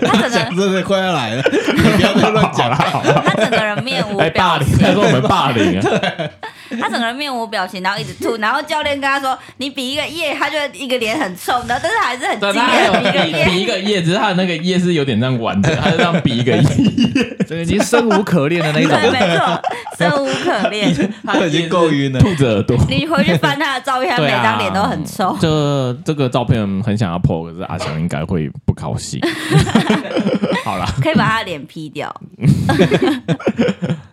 A: 他 整
B: 讲
A: 个
B: 真的快要来了，你不要再乱讲了。
A: 他整个人面无
C: 哎霸
A: 表
C: 凌，他
A: 情，
C: 说我们霸凌 啊，
A: 他整个人面无表情，然后一直吐，然后教练跟他说：“你比一个耶。”他就一个脸很臭，然后但是还是很
C: 对，
A: 惊
C: 他还
A: 艳，比一个
C: 有比比
A: 耶。
C: 一个叶，只是他的那个叶是有点这样弯的，他就这样比一个 叶，
D: 这个已经生无可恋的那一
A: 对，
D: 种。
A: 没错，生无 可恋。
B: 他已经够晕了
C: 吐着耳朵。
A: 你回去翻他的照片，他
C: 对
A: 每
C: 啊
A: 张脸都很臭。
C: 这这个照片很想要 po，可是阿翔应该会不高 兴。好啦，
A: 可以把他的脸 P 掉，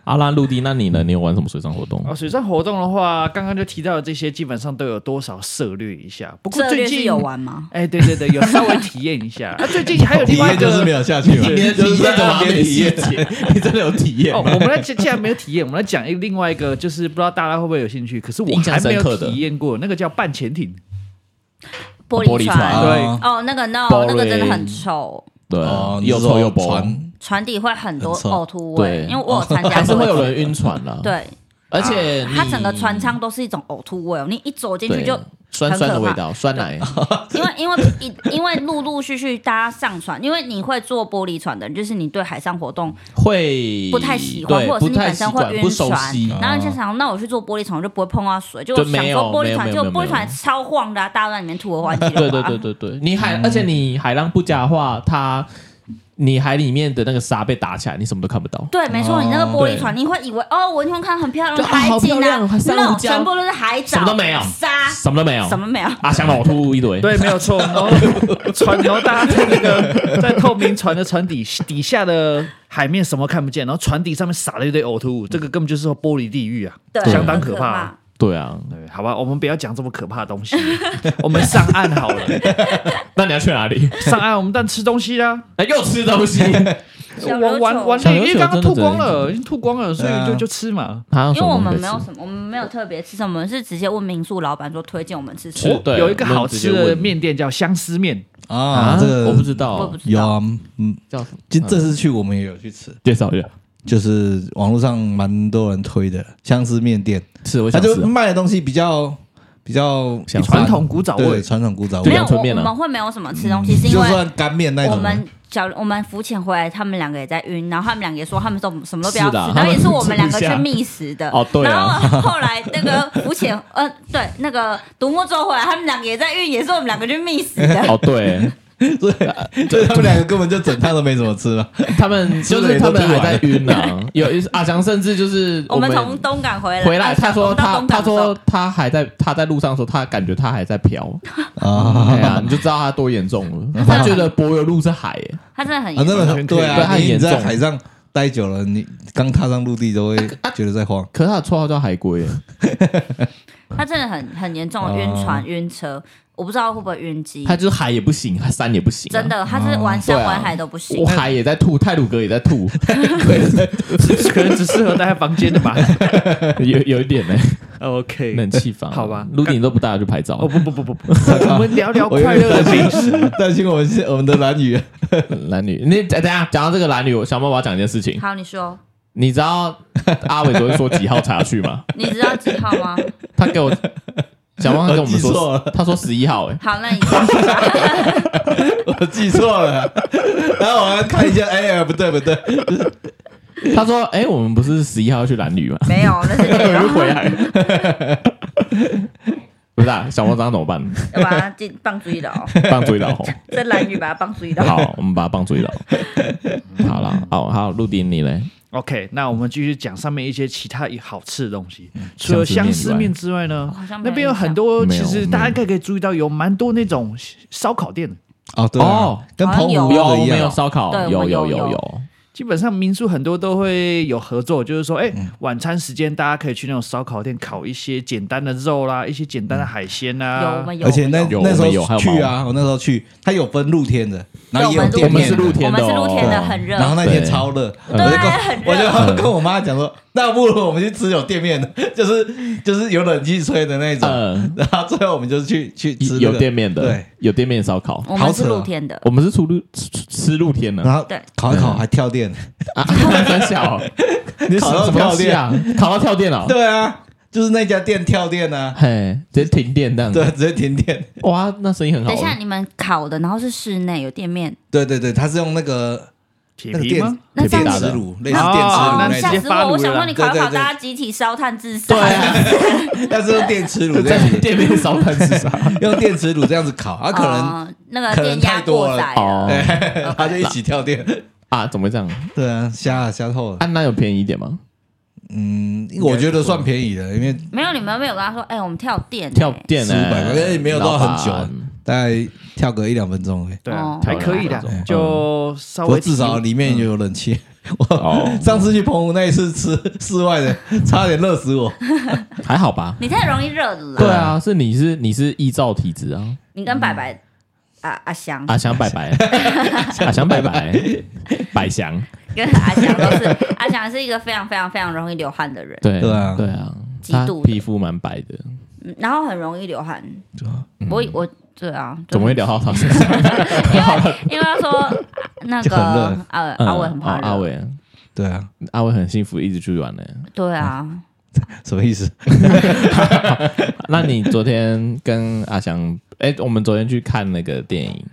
C: 阿拉陆地，那你呢？你有玩什么水上活动
D: 啊，？水上活动的话，刚刚就提到的这些，基本上都有多少涉略一下。不过
A: 策
D: 最
A: 略是
D: 近
A: 有，玩吗？
D: 哎，对对对，有稍微体验一下。 啊，最近还有
B: 体
D: 另外一
B: 验
D: 个
B: 就是没有下去嘛，
C: 你的
B: 就是
C: 体验
B: 在
C: 怎么
B: 那
C: 还
B: 边
C: 没
B: 体
C: 体
B: 验。
C: 验？你真的有体验
D: 哦，
C: 吗？
D: 我们来既既然没有体验，我们来讲一个另外一个，就是不知道大家会不会有兴趣。可是我
C: 印象
D: 还没
C: 深刻
D: 有
C: 的
D: 体验过，那个叫半潜艇。
C: 啊
A: 玻
C: 玻
A: 璃
C: 璃
A: 船
C: 船
B: 对
A: 哦，那个 no，
C: Boring
A: 那个真的很臭，
C: 对
B: 啊
C: 啊
B: 哦，，你
C: 又
B: 是
C: 臭又
B: 说
C: 薄，
B: 船
A: 船底会很多
B: 很臭
A: 呕吐味，
C: 对哦
A: 因为我有参加
C: 还是
A: 过
C: 会
A: 一
C: 有
A: 次，
C: 人晕船啦。，
A: 对，
C: 而且
A: 它
C: 你
A: 整个船舱都是一种呕吐味哦，你一走进去
C: 对
A: 就
C: 酸酸的
A: 很
C: 味
A: 可怕
C: 道，酸奶。
A: 因为因为一因为陆陆续续大家上船，因为你会坐玻璃船的人，就是你对海上活动
C: 会
A: 不太喜欢，
C: 对
A: 或者是
C: 不
A: 你
C: 太
A: 本身
C: 习惯
A: 会
C: 不
A: 晕
C: 熟
A: 船
C: 悉，，啊
A: 然后你就想，那我去坐玻璃船，我就不会碰到水，就
C: 就
A: 想
C: 没有
A: 说玻璃船，
C: 没
A: 就
C: 有没有
A: 玻璃船
C: 没
A: 超晃的啊，大家都在里面吐的欢喜了吧
C: 对对对对对，你海，而且你海浪不加的话，它你海里面的那个沙被打起来，你什么都看不到。
A: 对，没错，你那个玻璃船，你会以为哦，我天看很漂亮的
C: 就啊
A: 海景啊
C: 好漂亮珊瑚
A: ，no，
C: 礁
A: 全部都是海藻，
C: 什么都没有
A: 沙
C: 什么都没有，
A: 什么没有，
C: 阿香呕吐一堆，
D: 对，没有错。然后 船，然后大家 在那个在透明船的船底底下的海面什么看不见，然后船底上面撒了一堆呕吐物，这个根本就是说玻璃地狱啊，
A: 对，
D: 相当
A: 很
D: 可
A: 可
D: 怕。。
C: 对啊，
D: 对，好吧，我们不要讲这么可怕的东西， 我们上岸好了。
C: 那你要去哪里？
D: 上岸，我们但吃东西啊啦，
C: 哎，又吃东 西，
A: 小
D: 玩
A: 琉
D: 玩
A: 球
D: 玩
C: 小
D: 累，
C: 琉
D: 因为
C: 球
D: 刚
C: 真
D: 刚
C: 的
D: 吐光
C: 只能
D: 了，已经吐光了，所以
B: 对
D: 就
B: 啊
D: 就吃嘛。
C: 还有
A: 因
C: 什
A: 为
C: 么
A: 我
C: 东西可
A: 们
C: 以
A: 没有
C: 吃
A: 什么，我们没有特别吃什么，我们是直接问民宿老板说推荐我们吃什
C: 吃
A: 么，
C: 对
D: 有一个
C: 我
D: 好吃
C: 们
D: 的
C: 直接问
D: 面店叫相思面，
B: 啊，这个
C: 我不知
A: 我
C: 道
A: 也不知
B: 有
A: 道。
B: 啊，嗯，
C: 叫什么，
B: 今这次去我们也有去吃，
C: 介绍一下，
B: 就是网络上蛮多人推的相思面店，
C: 是啊我
B: 他
C: 想
B: 就
C: 吃
B: 卖的东西比较比较
C: 想吃
D: 传统古早
B: 对
D: 味。
B: 传统古早
C: 就
A: 没
B: 味
A: 有，
C: 阳，春
A: 我
C: 面啊
A: 我们会没有什么吃东西，是因
B: 就
A: 为
B: 算干面那
A: 我
B: 种的，
A: 们小我们浮潜回来，他们两个也在晕，然后他们两个也说他们都什么都不要
C: 是
A: 吃
C: 的，
A: 然后也是
C: 他们
A: 我们两 个
C: 吃不
A: 去
C: 下
A: 觅食的。
C: 哦对啊
A: 然后后来那个浮潜，呃，对，那个独木舟回来，他们两个也在晕，也是我们两个去觅食的。
C: 哦，对，
B: 所以所以他们两个根本就整趟都没怎么吃了。
C: 他们 就是他们还在晕 呢，有一阿翔甚至就是
A: 我
C: 们
A: 们从东港回来，
C: 回来，
A: 啊
C: 他说
A: 我们到
C: 他
A: 东港
C: 他
A: 的时候
C: 说他还在他在路上的时候，他感觉他还在飘，
B: 啊，
C: 对啊，你就知道他多严重 了。他觉得柏油路是海耶，
A: 他真的很
B: 啊，
A: 严
C: 嗯
B: 真
A: 重。
B: 的
D: 完
B: 很
D: 全可以
B: 对
C: 对
B: 啊，
C: 它很
B: 你你
C: 严重
B: 在海上待久了，你刚踏上陆地都会觉得在慌。
C: 可是他的绰号叫海龟耶，
A: 他真的很很严重，
B: 哦
A: 晕船、晕车，我不知道会不会晕机。
C: 哦他就是海也不行，他山也不行啊，
A: 真的，他是玩山
C: 对啊
A: 玩海都不行
C: 我。海也在吐，泰鲁哥也在吐，
D: 可能只适合待在房间的 吧。
C: 有有一点呢，哦
D: OK，
C: 冷气房。
D: 好吧
C: 屋顶都不大就拍照
D: 哦，不不不不不， 我们聊聊
B: 我有
D: 快
B: 点
D: 乐
B: 担
D: 的美食。
B: 心， 担心我们现我们的蓝宇
C: 男女，你等等一下讲到这个男女，我小猫我要讲一件事情，
A: 好，你说，
C: 你知道阿伟昨天说几号才要去吗？
A: 你知道几号吗？
C: 他给我小猫他跟我们
B: 我记错
C: 说
B: 了，
C: 他说十一号，哎，
A: 好，那你说
B: 我记错了， 然后我要看一下，哎呀，不对不对，
C: 他说哎，我们不是十一号要去男女吗？
A: 没有，那是你
C: 我
A: 了
C: 就回来。不是啊，小猫章怎么办？
A: 要 把他进棒追的哦，
C: 棒追老红，
A: 在蓝雨把他棒追的。
C: 好，我们把它棒追老。好了，好好，陆迪你嘞？
D: OK，那我们继续讲上面一些其他好吃的东西。
C: 嗯
D: 除了
C: 相
D: 相
C: 思
D: 思
C: 面
D: 面之外呢
A: 我哦好像，没
D: 那边有
A: 印象
D: 很多，
C: 没有
D: 其实
C: 没
D: 大家
C: 有
D: 应该可以注意到，有蛮多那种烧烤店的。
B: 哦对
C: 哦
B: 啊，跟澎
A: 好
B: 湖
A: 像
B: 的
C: 有
B: 一
C: 哦没有
B: 样，
C: 烧烤？
A: 对
C: 有
A: 我
C: 有
A: 有
C: 有
A: 有
C: 有，
D: 基本上民宿很多都会有合作，就是说，哎、
C: 嗯
D: 晚餐时间大家可以去那种烧烤店烤一些简单的肉啦，一些简单的海鲜啊
A: 嗯
D: 啦、
A: 有我们有，
B: 而且那
A: 我们有
C: 有
B: 那时
C: 我们有还
B: 候
C: 有
B: 去啊，我那时候去，它有分露天的，然后也有
A: 对
B: 店
C: 我
B: 面
C: 们
B: 的
C: 是。露天
A: 我
C: 的
A: 们
C: 哦
A: 是露天的，很热。
B: 然后那天
C: 对
B: 超热，我
A: 对
B: 就跟
A: 很
B: 我
A: 热
B: 就 跟我妈讲说，那不如我们去吃有店面的，就是就是有冷气吹的那种。
C: 嗯，
B: 然后最后我们就去去吃那
C: 有
B: 个
C: 店面的
B: 对，
C: 有店面烧烤。
A: 我们是露天的，
C: 我们是出路吃吃露天的嗯
B: 然后
A: 对
B: 烤一烤还跳电，
C: 啊，很小， 你
B: 烤到
C: 什么东西啊？烤到跳电了，
B: 对啊，就是那家店跳电啊，
C: 嘿，直接停电这样
B: 对
C: 子。，
B: 直接停电。
C: 哇，那声音很好
A: 等一下
C: 欸。
A: 你们烤的，然后是室内有店面，
B: 对对对，它是用那个
D: 铁
B: 那个
D: 皮吗
B: 电？
A: 那这
B: 电
A: 样
C: 打
A: 子
C: 的
B: 磁炉，类似
D: 哦
B: 电
D: 哦
A: 啊那吓
B: 磁炉那
D: 那直
A: 死
B: 种，
D: 接发
A: 我！
D: 炉
A: 我
D: 了
A: 想说你烤一
B: 对对
A: 烤，
B: 对啊
A: 大家集体烧炭自杀。
B: 但是用电磁炉这样
C: 啊在
B: 子，
C: 店面烧炭 是啥？
B: 用电磁炉这样子烤，啊，可 能
A: 呃那个
B: 可能
A: 电压
B: 太多
A: 过
B: 了
A: 载
C: 哦
B: 它就一起跳电。
C: 啊，怎么会这样？
B: 对啊，瞎啊瞎透了。
C: 啊，那有便宜一点吗？
B: 嗯，我觉得算便宜的，因为
A: 没有，你们没有跟他说，哎，我们跳电欸，
C: 跳电啊
B: 嗯四
C: 呢
B: 五百块，哎也没有到很久
C: 老板，
B: 大概跳个一两分钟而已。
D: 对啊
A: 哦，
D: 还可以的
C: 对，
D: 就稍
B: 我
D: 微
B: 至少里面有冷气， 我
C: 哦
B: 上次去澎湖那一次吃室外的，差点热死我。
C: 还好吧？
A: 你太容易热了
C: 对
A: 啦。
C: 啊，是你是你是依照体质啊，
A: 你跟白白啊阿翔
C: 阿翔拜 拜，阿翔拜拜，百祥，
A: 跟阿翔都是阿翔是一个非常非常非常容易流汗的人，
C: 对
B: 对啊
C: 对啊，
A: 极
C: 他
A: 度的
C: 皮肤蛮白的，
A: 嗯然后很容易流汗。我我对啊，
C: 嗯怎么会聊到他身上？
A: 因为他说 啊那
B: 就
A: 个
B: 很热
A: 呃阿伟很
C: 哦
A: 怕
C: 阿
A: 热，
C: 伟，
B: 对啊，
C: 阿伟很幸福，一直去玩呢。
A: 对啊，
C: 嗯
B: 什么意思？
C: 那你昨天跟阿翔，哎，我们昨天去看那个电影，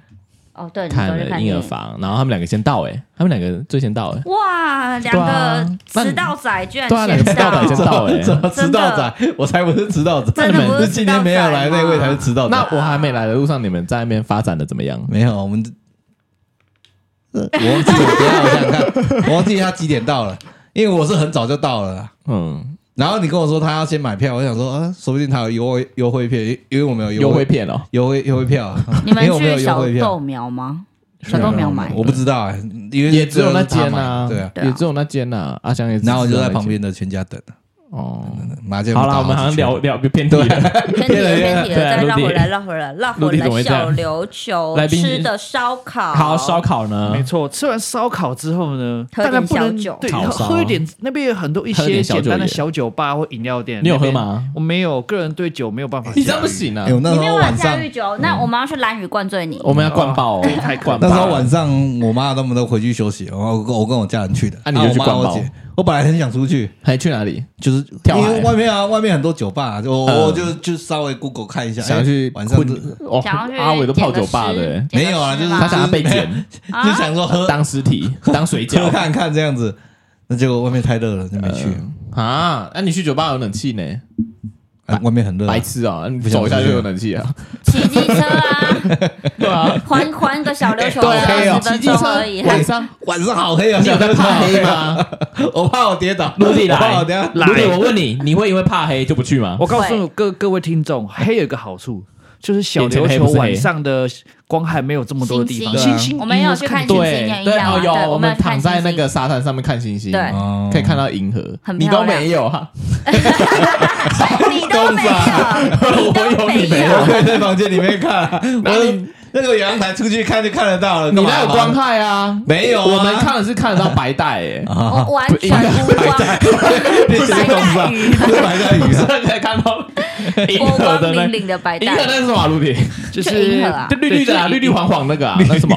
A: 哦对，你昨
C: 看
A: 天
C: 了
A: 看
C: 婴儿
A: 电影
C: 房，然后他们两个先到，哎，他们两个最先到，哎，
A: 哇，两
C: 对啊
A: 个
C: 那你
A: 迟到仔居然
C: 对啊两
A: 先
C: 个迟到仔先
B: 怎
C: 知道欸
B: 么 怎么迟
A: 真的
B: 到仔？我才不是迟到仔，
A: 真的不是
B: 是今天没有来那位才是迟到仔。
C: 那我还没来的路上，你们在那边发展的怎么样？
B: 没有，我们呃我忘记了，等一下我想想看，我忘记他几点到了，因为我是很早就到了啦。
C: 嗯，
B: 然后你跟我说他要先买票，我想说啊，说不定他有优惠优惠票，因因为我们有
C: 优
B: 惠
C: 惠片哦，
B: 优惠优惠票啊，
A: 你们
B: 因为我们有
A: 去
B: 优
A: 小
B: 惠
A: 豆
B: 票，
A: 苗吗？小豆苗买，
B: 我不知道啊，因为
C: 也只有那间
B: 呐，
C: 呐，
B: 对啊。
A: 对啊
C: 也只有那间呐，阿翔也只是
B: 然后我就在
C: 那
B: 旁
C: 间
B: 边的全家等
C: 哦。
B: 麻将不
C: 好
B: 打
C: 啦，我们好像
B: 就去
C: 聊聊偏题了。
A: 偏题了，偏题了，
C: 对啊
A: 再绕
C: 陆地
A: 回来，绕回来，绕
C: 陆
A: 回
C: 地怎么
A: 来。
C: 会这样
A: 小琉球
C: 来宾
A: 吃的烧 烤，
C: 好，烧烤呢
D: 没？错，吃完烧烤之后呢，
A: 喝
D: 当然
A: 点
D: 不能
A: 小酒
D: 对，
C: 烤
D: 喝
C: 烧
D: 喝一点。那边有很多一
C: 喝
D: 些
C: 点小
D: 简单的
C: 酒也
D: 小酒吧或饮料店。
C: 你有喝
D: 那边？
C: 吗？
D: 我没有，个人对酒没有办法驾驭。
C: 你这样不行啊
B: 哎！我那
A: 你
B: 时
A: 没
B: 候
A: 有
B: 晚
A: 办法驾
B: 上，嗯
A: 驭酒，那我们要去蓝屿灌醉你。
C: 我们要灌爆哦，太灌爆
B: 那
C: 了。
B: 时候晚上我妈他们都回去休息，然后我跟我跟我家人去的。
C: 啊你就去
B: 我妈
C: 逛
B: 我
C: 猫
B: 姐，我本来很想出去，
C: 还去哪里？
B: 就是
C: 跳海
B: 因为外面啊，外面很多酒吧，就
C: 嗯
B: 我我就就稍微 Google 看一下，
C: 想要
B: 哎
C: 去
B: 晚上
C: 混
B: 就
C: 哦
A: 想要去，
C: 阿伟都泡酒吧的欸，
A: 捡个
B: 没有啊
A: 尸
B: 就是
A: 吗
C: 他想要被捡，
A: 啊
B: 就想说喝
C: 当尸体，当 水
B: 喝
C: 饺
B: 看看这样子。那结果外面太热了，就没去。
C: 啊！那你去酒吧有冷气呢？
B: 啊外面很热啊，
C: 呃白痴啊！你
B: 不想
C: 走一下就有冷气啊？
A: 骑机车啊，
C: 对啊，
A: 环环个小琉球
C: 对
A: 二
C: 啊，
A: 十
B: 哦
C: 骑
A: 分
C: 机
A: 钟
C: 车
A: 而已，
C: 晚 上。
B: 晚上好黑啊！
C: 你有在怕黑吗？
B: 我怕我跌倒，
C: 陆地
B: 我怕
C: 来
B: 我等下，
C: 陆地，我问你，你会因为怕黑就不去吗？
D: 我告
A: 会
D: 诉各各位听众，黑有一个好处，就是小
C: 眼前
D: 琉
C: 黑
D: 球
C: 不是黑
D: 晚上的光害没有这么多的地方，
A: 星
B: 星
D: 星星
A: 我们也
C: 嗯
A: 有去看星星，
C: 对
A: 你
C: 对
A: 有印象
C: 哦
A: 吗？
C: 有
A: 啊对，
C: 我
A: 们
C: 们
A: 有去看
C: 躺
A: 星
C: 在
A: 星
C: 那个沙滩上面看星星，
A: 对
B: 哦
C: 可以看到银河，
A: 很
C: 你
A: 漂
C: 都
A: 亮
C: 没有 啊？
A: 你都没有，你都
C: 我有你没
A: 没
C: 有
B: 我可以在房间里面 看啊。我那个阳台出去看就看得到了，
C: 你
B: 干嘛
C: 那有
B: 嘛
C: 光害啊？
B: 没有啊
C: 我们看的是看得到白带哎，
A: 我完全无光，
B: 你写
A: 白
B: 懂吧
A: 带鱼，
B: 不是白带鱼啊，
C: 可以看到银
A: 波
C: 河
A: 光
C: 的
A: 粼
C: 那。
A: 粼 的白
C: 银河那
A: 带，
C: 是什么啊？陆地，
D: 就
A: 就是银河啊
C: 就绿绿的啊，绿绿黄黄那个啊，那什么？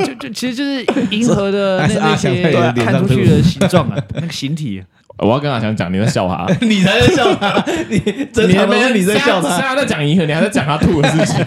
D: 就就其实就是银河的
B: 还是
D: 那
B: 阿
D: 那
B: 翔
D: 些啊
B: 在脸上
D: 看出去的形状啊，那个形体。
C: 我要跟阿翔 讲，你在笑他，
B: 你才在笑 他，你真
C: 你还
B: 的
C: 没
B: 没有你在笑
C: 现
B: 他。
C: 在在讲银河，你还在讲他吐的事情。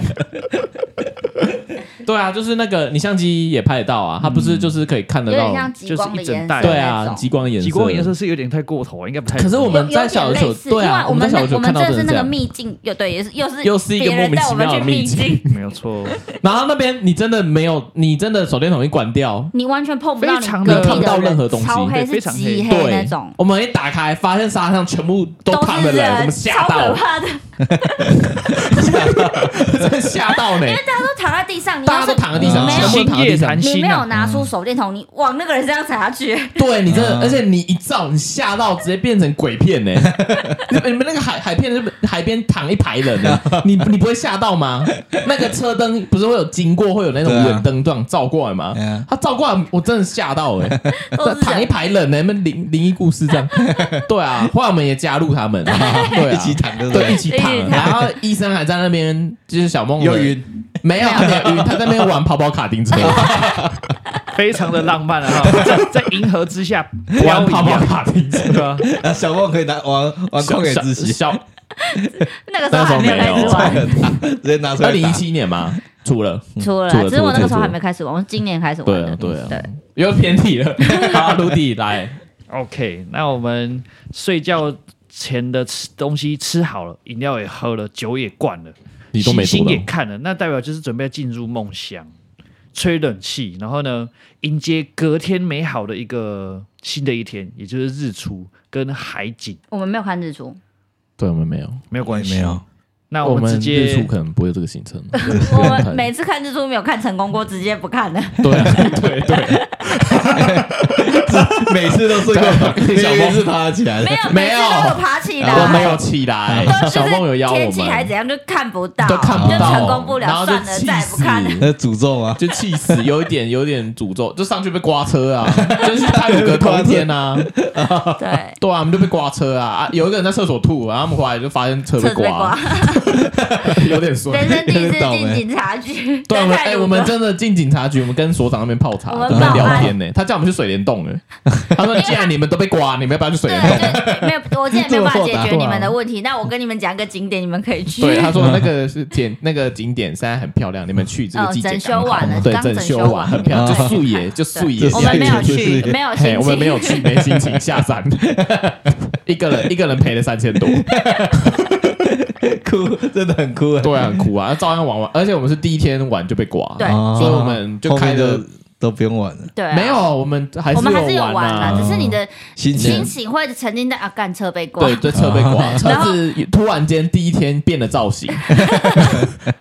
C: 对啊，就是那个你相机也拍得到啊，它不是就是可以看
A: 有
C: 得
A: 点
C: 到，
A: 像极光的颜色，
C: 对啊，极光颜色，
D: 极光颜色是有点太过头，应该不太。
C: 可是我们
A: 有有点类似，因为
C: 啊
A: 我们那我们这是那个秘境，又对，也是又是别人带我们去秘境，
D: 没有错，
C: 然后那边你真的没有，你真的手电筒一关掉，
A: 你完全碰不到，超黑是极黑那
C: 对
A: 种，，
C: 我们一打开发现沙滩上全部都
A: 都
C: 躺
A: 是
C: 着人，我
A: 人，
C: 们吓
A: 超可
C: 到，
A: 怕的，
C: 真的吓到呢
A: 因，为大家都躺在地上，你
C: 大
A: 要
C: 家
A: 是
C: 都躺在地上，
B: 没有
C: 全部都躺在地上
D: 星夜谈心
A: 你没有拿出手电筒，你往那个人身上踩下 去，
C: 对你真的，
B: 嗯
C: 而且你一照，你吓到直接变成鬼片 呢。你们你们那个海海片是海边躺一排人呢，你你不会吓到吗？那个车灯不是会有经过，会有那种
B: 对啊
C: 远灯这样照过来吗
B: 对 啊？
C: 他照过来，我真的吓到哎。
A: 都是
C: 躺一
A: 人。
C: 排冷呢，那边灵灵异故事这 样。对啊，后来我们也加入他们，对啊，
B: 一起躺对不
C: 对
B: 对
C: 一？起躺
A: 一起。躺
C: 然后医生还在那边，就是小梦
B: 又
C: 的，
B: 晕，
C: 没有没有晕，他在那边玩跑跑卡丁 车，
D: 非常的浪漫啊，在在银河 之下
C: 玩
D: 漂移
C: 跑跑
D: 啊，
C: 卡丁车。
D: 对吧？
B: 啊小梦可以拿玩玩空给自己，
C: 小
A: 那个时候还没有开始玩，
B: 直接 拿出来
C: 二零一
B: 打。
C: 七年嘛，出嗯了
A: 除了，只是我那个时候还没开始玩，我是今年开始玩的。
C: 啊
A: 对，
C: 又偏题了。 好，陆地来，
D: OK，那我们睡觉前的吃东西吃好了，饮料也喝了，酒也灌了，
C: 你都没
D: 星
C: 读
D: 星
C: 的
D: 也看了，那代表就是准备进入梦乡，吹冷气，然后呢，迎接隔天美好的一个新的一天，也就是日出跟海景，
A: 我们没有看日出，
C: 对我们哎没有，
D: 没有关系。
B: 没有，
D: 那
C: 我
D: 我们
C: 们
D: 直
C: 日
D: 接
C: 出可能不会有这个行程。
A: 我 们 每次看日出没有看成功过，直接不看了。
C: 对啊对对，
B: 每次都睡过头，每次爬起来的
A: 没。有，
C: 没
A: 每
C: 有
A: 次都有爬起
C: 我
A: 来，
C: 没有起 来
A: 都，
C: 小梦有邀
A: 就是
C: 我
A: 天气还
C: 们，
A: 怎样就看不到，
C: 都看不
A: 就
C: 到，
A: 成功不了，
C: 然后
A: 算
C: 就
A: 了，
C: 气
A: 再也不
C: 死，
A: 看了。
B: 那诅咒啊！
C: 就气死，有一点有一点诅咒，就上去被刮车 啊，就是他有个同一天啊，
A: 对，
C: 对啊，我们就被刮车啊，啊有一个人在厕所吐，然后他们回来就发现车
A: 车
C: 被
A: 子被刮
C: 刮，， 有点衰。
A: 人生第一次
B: 有点倒
A: 进
B: 霉
A: 警察局，
C: 对，我们
A: 在
C: 哎、
A: 泰鲁阁
C: 我们真的进警察局，我们跟所长那边泡茶，
A: 我们
C: 跟他
A: 报
C: 聊
A: 案
C: 天呢、他叫我们去水帘洞 哎、他说既然你们都被刮，你们要不要去水帘洞？
A: 对，就没有，我现在没有办法解
C: 这么豁达
A: 决你们的问题。那我跟你们讲个景点，你们可以 去。
C: 对，他说那个是景，那个景点现在很漂亮，你们去这个
A: 哦
C: 季节刚
A: 整修
C: 好
A: 完了
C: 对，
A: 刚
C: 整
A: 整
C: 修
A: 修
C: 完
A: 完
C: 很漂亮，
A: 对
C: 就素野，就素野
A: 对，我们没有去，
B: 就是
A: 没有
C: 嘿，
A: 心
C: 我们
A: 情，
C: 没有去，没心 情下山，一个人一个人赔了三千多，
B: 哭，真的很哭。
C: 对 啊，很苦啊，照样玩完，而且我们是第一天玩就被刮，
A: 对
B: 哦，
C: 所以我们就
B: 后面
C: 开着
B: 都不用玩了，
A: 对啊
C: 没有，，我们还
A: 我
C: 是
A: 们还是有玩
C: 啊
A: 啦，，只是你的
B: 心
A: 心
B: 情
A: 情会沉浸在啊，干车被刮
C: 对，，对，车被 刮，车
A: 然后
C: 子突然间第一天变了造 型，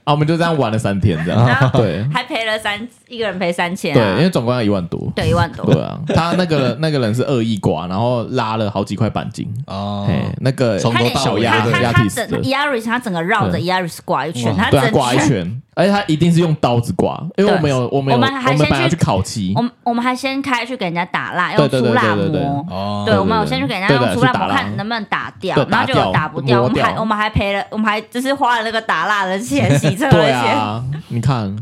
C: 啊，我们就这样玩了三天，这
A: 然
C: 样
A: 后
C: 对
A: 还赔了三，一个人赔三千
C: 对，因
A: 啊，
C: 为总共要一万多，
A: 对，一万多
C: 对。啊，他那个那个人是恶意刮，然后拉了好几块钣金，
B: 哦
C: 哎，那个
B: 从
A: 他
B: 头
A: 连
B: 到
C: 小
B: 尾
C: 鸭
A: 他
C: 子
B: 对
A: 他
C: 鸭
A: 他
C: 屁死
A: 整
C: 的
A: Yaris，他整个绕着
C: 对
A: Yaris 刮一圈，他
C: 对啊，
A: 整
C: 刮一
A: 圈。
C: 圈，而且他一定是用刀子刮，因为
A: 对
C: 我们有我们有
A: 我们还
C: 本来
A: 先
C: 要去
A: 去
C: 烤漆
A: 我，们我们还先开去给人家打蜡，
C: 对
A: 用
C: 对
A: 粗
C: 对
A: 蜡
C: 对对对
A: 膜。
B: 哦
A: 对，我们有
C: 对对
A: 先去给人家
C: 对对
A: 用粗蜡
C: 去打
A: 膜
C: 蜡
A: 看能不能打掉
C: 对，
A: 然
C: 打
A: 后就
C: 掉
A: 有打不
C: 磨
A: 掉，我们还
C: 掉
A: 我们还赔了，我们还就是花了那个打蜡 的钱，洗车的
C: 对
A: 钱，
C: 啊，你看，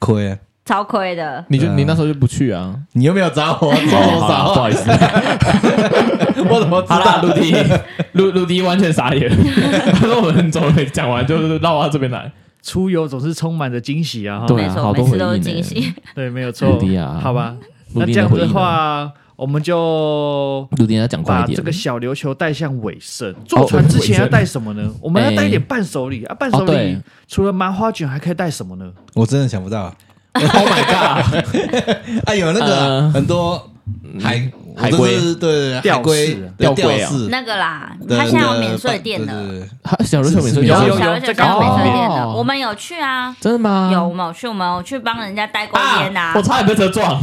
B: 亏啊！
A: 超亏的。
C: 你就
B: 对啊
C: 你那时候就不去啊，
B: 你又没有砸 我，
C: 哦
B: 做
C: 好啦不
B: 少，
C: 好意思，
B: 我怎么知
C: 好啦，
B: 道？
C: 陆迪，陆陆迪完全 傻眼。他说我们怎么没讲完，就是绕到这边来。
D: 出游总是充满着惊喜啊！哈
C: 对
A: 没
C: 啊
A: 错，
C: 好多
A: 每次都
C: 回
A: 是
C: 忆呢
A: 惊喜。
D: 对，没有错
C: 陆地啊，
D: 好吧。
C: 陆
D: 那
C: 地
D: 这
C: 的
D: 样
C: 回
D: 子
C: 忆呢
D: 的话，我们就
C: 陆迪要讲快
D: 把
C: 一
D: 这
C: 点
D: 个。小琉球带向尾声。坐船之前要带什么呢？我们要带一点伴手礼啊！伴手
C: 哎哦对
D: 礼除了麻花卷，还可以带什么呢？
B: 我真的想不到啊！
C: Oh my god！
B: 哎，有那个啊
C: 呃
B: 很多海
C: 海龟
B: 我这是对对对
D: 吊
B: 海龟
D: 饰
C: 吊
B: 吊
C: 龟啊
B: 饰，
A: 那个啦，
B: 的
A: 他现在有
B: 的
A: 免税
B: 办
A: 店的，
B: 对对对
C: 小琉球美术
B: 是
C: 有
B: 是
A: 小
D: 有
A: 琉球
D: 在
A: 现在有免税店的，
C: 哦
A: 我们有去啊，
C: 真的吗？
A: 有我们有去，我们有去帮人家待过天
C: 啊！
A: 呐
C: 我。差点被车撞，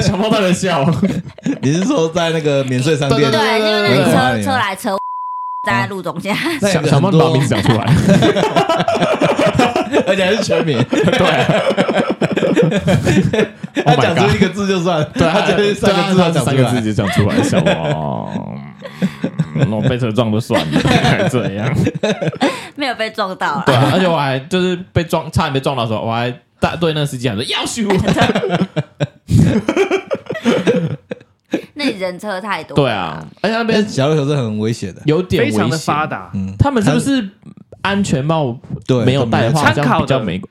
C: 小猫在那笑。
B: 你是说在那个免税商
C: 对
B: 店？
A: 对，就是那
B: 对
A: 个
B: 对
A: 车
B: 对
A: 车来车站在路中间，
B: 那有
C: 小
B: 很
C: 小猫你把
B: 多
C: 名字讲出来，
B: 而且还是全名，
C: 对
B: 他
C: Oh my
B: 讲
C: God
B: 出一个字就算，
C: 对，
B: 他
C: 就
B: 就是是三个字
C: 他
B: 他
C: 就
B: 讲
C: 三
B: 出
C: 个字
B: 来，
C: 就讲出来，小猫。嗯我被车撞就算了，还这样。
A: 没有被撞到
C: 对、
A: 了。
C: 啊，而且我还就是被撞，差点被撞到的时候，我还大对那个司机喊说要修。
A: 那里人车太多。
C: 对啊，，而且那边
B: 但小琉球是很危险的，
C: 有点
D: 非
C: 危
D: 常的
C: 险。
D: 发达，
B: 嗯，
C: 他们是不是安全帽
B: 对，
C: 没有戴的话，好
D: 参考
C: 像比
D: 的
C: 较没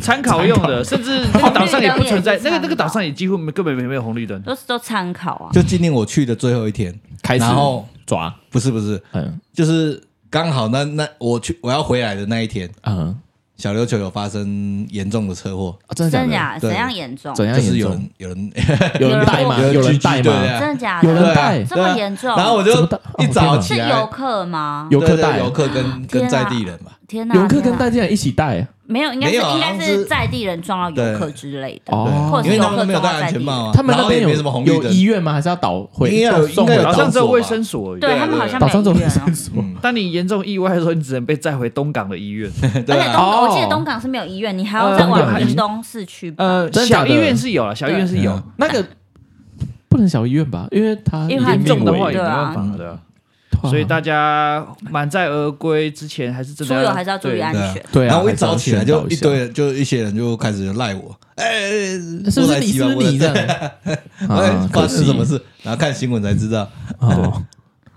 D: 参考用的，甚 至那个岛上也不存在，那个那个岛上也几乎没根本没没有红绿灯。
A: 都是都参考啊。
B: 就今年我去的最后一天，
C: 开始
B: 然后
C: 抓？
B: 不是不是，
C: 嗯
B: 就是刚好那那我去我要回来的那一天，
C: 嗯，
B: 小琉球有发生严重的车祸，
C: 啊真的
A: 真
C: 假
A: 假？
B: 对
A: 怎样严重？
C: 的？怎样
B: 就
C: 哎严
B: 是有
C: 重？
B: 人有人
C: 有人带吗？有人
B: 狙击
C: 带
B: 对
C: 吗？
B: 啊
A: 真假？
C: 有人
B: 对啊
C: 带
A: 这么严重
B: 对啊然后我就
C: 怎么带哦
B: 一早
A: 是
B: 起来，
A: 游客吗？
C: 游客
B: 对对
C: 带
B: 游客跟
A: 天
B: 跟
A: 啊
B: 在地人吧，
A: 天哪！
C: 游客
A: 天
C: 跟
A: 哪
C: 带进来一起带
A: 没有，应该是
B: 没有啊
A: 应该
B: 好像是
A: 是在地人撞到游客之类的。
C: 哦
A: 或。者
B: 对，
A: 是
B: 因为他
A: 游客
B: 们没有
A: 撞到
B: 戴安
A: 在
B: 全
A: 地
B: 帽啊，
C: 他们
B: 然
C: 那
B: 后
C: 边
B: 也
C: 有
B: 没什么红绿
C: 有
B: 灯
C: 医，院吗？还是要导回
B: 应该有
C: 送
B: 应
C: 回
B: 该有
D: 岛
C: 岛
D: 上只有
B: 导所吧
D: 卫生所而已。啊
A: 对
B: 对
A: 他们好像
C: 岛
A: 没
C: 上只有
A: 医院
C: 卫
A: 哦
C: 生。所？
B: 嗯，
D: 当你严重意外的时候，你只能被载回东港的医 院。
A: 而
B: 对
A: 且
B: 啊
A: 东，港，我
C: 哦
A: 记得东港是没有医院，你还要再
D: 呃
A: 往
D: 东港
A: 屏东市区吧。
D: 呃，
C: 真的假
D: 小
C: 的
D: 医院是有了，小医院是有
B: 嗯，
C: 那个不能小医院吧？因为他
A: 因为他
D: 严重的话也
A: 对
D: 没
A: 啊
D: 办法的。所以大家满载而归之前，还是真
A: 出
D: 的
A: 游还是要注意
D: 对
A: 安
B: 对啊
A: 全。
C: 对啊，
B: 然后我一
C: 还是要啊
B: 早起来
C: 宣导
B: 就
C: 下
B: 一堆，人，就一些人就开始赖我，哎哎，哎
C: 是不
B: 过
C: 是
B: 来
C: 你？
B: 骑
C: 是
B: 吧
C: 不是你这？样？
B: 我来哎
C: 啊，
B: 发生什么
C: 可惜？
B: 事？然后看新闻才知道，。
C: 哦，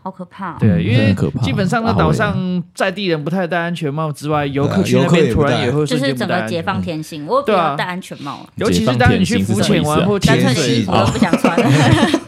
A: 好可怕哦！
D: 对，
C: 嗯
D: 因
C: 真的
D: 为
C: 可怕
D: 基本上那岛
C: 啊
D: 上在地人不太戴安全帽之外，游客去那边突然也会
A: 就
D: 瞬
A: 是
D: 间不
A: 整
D: 戴
A: 个
D: 安
A: 解
D: 全帽，
A: 放天性，我也不
D: 对啊
A: 要戴安全帽了，
D: 尤其是当你去浮潜完或
A: 干脆
D: 潜
A: 连
D: 水
A: 衣
C: 啊
A: 服，都不想穿了，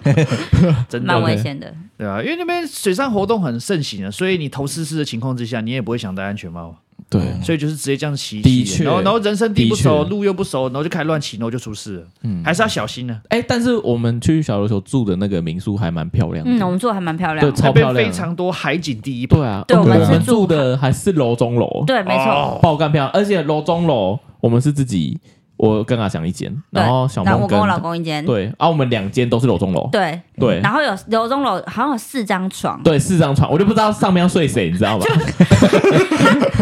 D: 真
A: 蛮
D: 的
A: 危险的。
D: 对啊，因为那边水上活动很盛行的，啊所以你头湿湿的情况之下，你也不会想戴安全帽，
C: 对，
D: 所以就是直接这样骑，
C: 嗯的
D: 骑
C: 确
D: 然后然后人生地不熟，
C: 的确
D: 路又不熟，然后就开始乱骑，然后就出事了，
C: 嗯
D: 还是要小心啊呢。
C: 哎，但是我们去小琉球住的那个民宿还蛮漂亮
A: 嗯，我
C: 的，
A: 们做的还蛮漂
C: 对，
A: 亮的。
D: 那
C: 超漂
D: 边
C: 亮
D: 非
C: 的。
D: 常多海景第一
C: 对啊，
A: 对
C: 我
A: 我们
C: 们
A: 是住
C: 住的还是楼中楼，
A: 对，没错。
D: 哦
C: 爆干漂亮，而且楼中楼我们是自己我跟阿翔一间，然后小
A: 然
C: 梦
A: 后我
C: 跟
A: 跟我老公一间，
C: 对，啊，我们两间都是楼中楼，
A: 对
C: 对
A: 然后有楼中楼好像有四张床，
C: 对，四张床，我就不知道上面要睡谁，你知 道吗？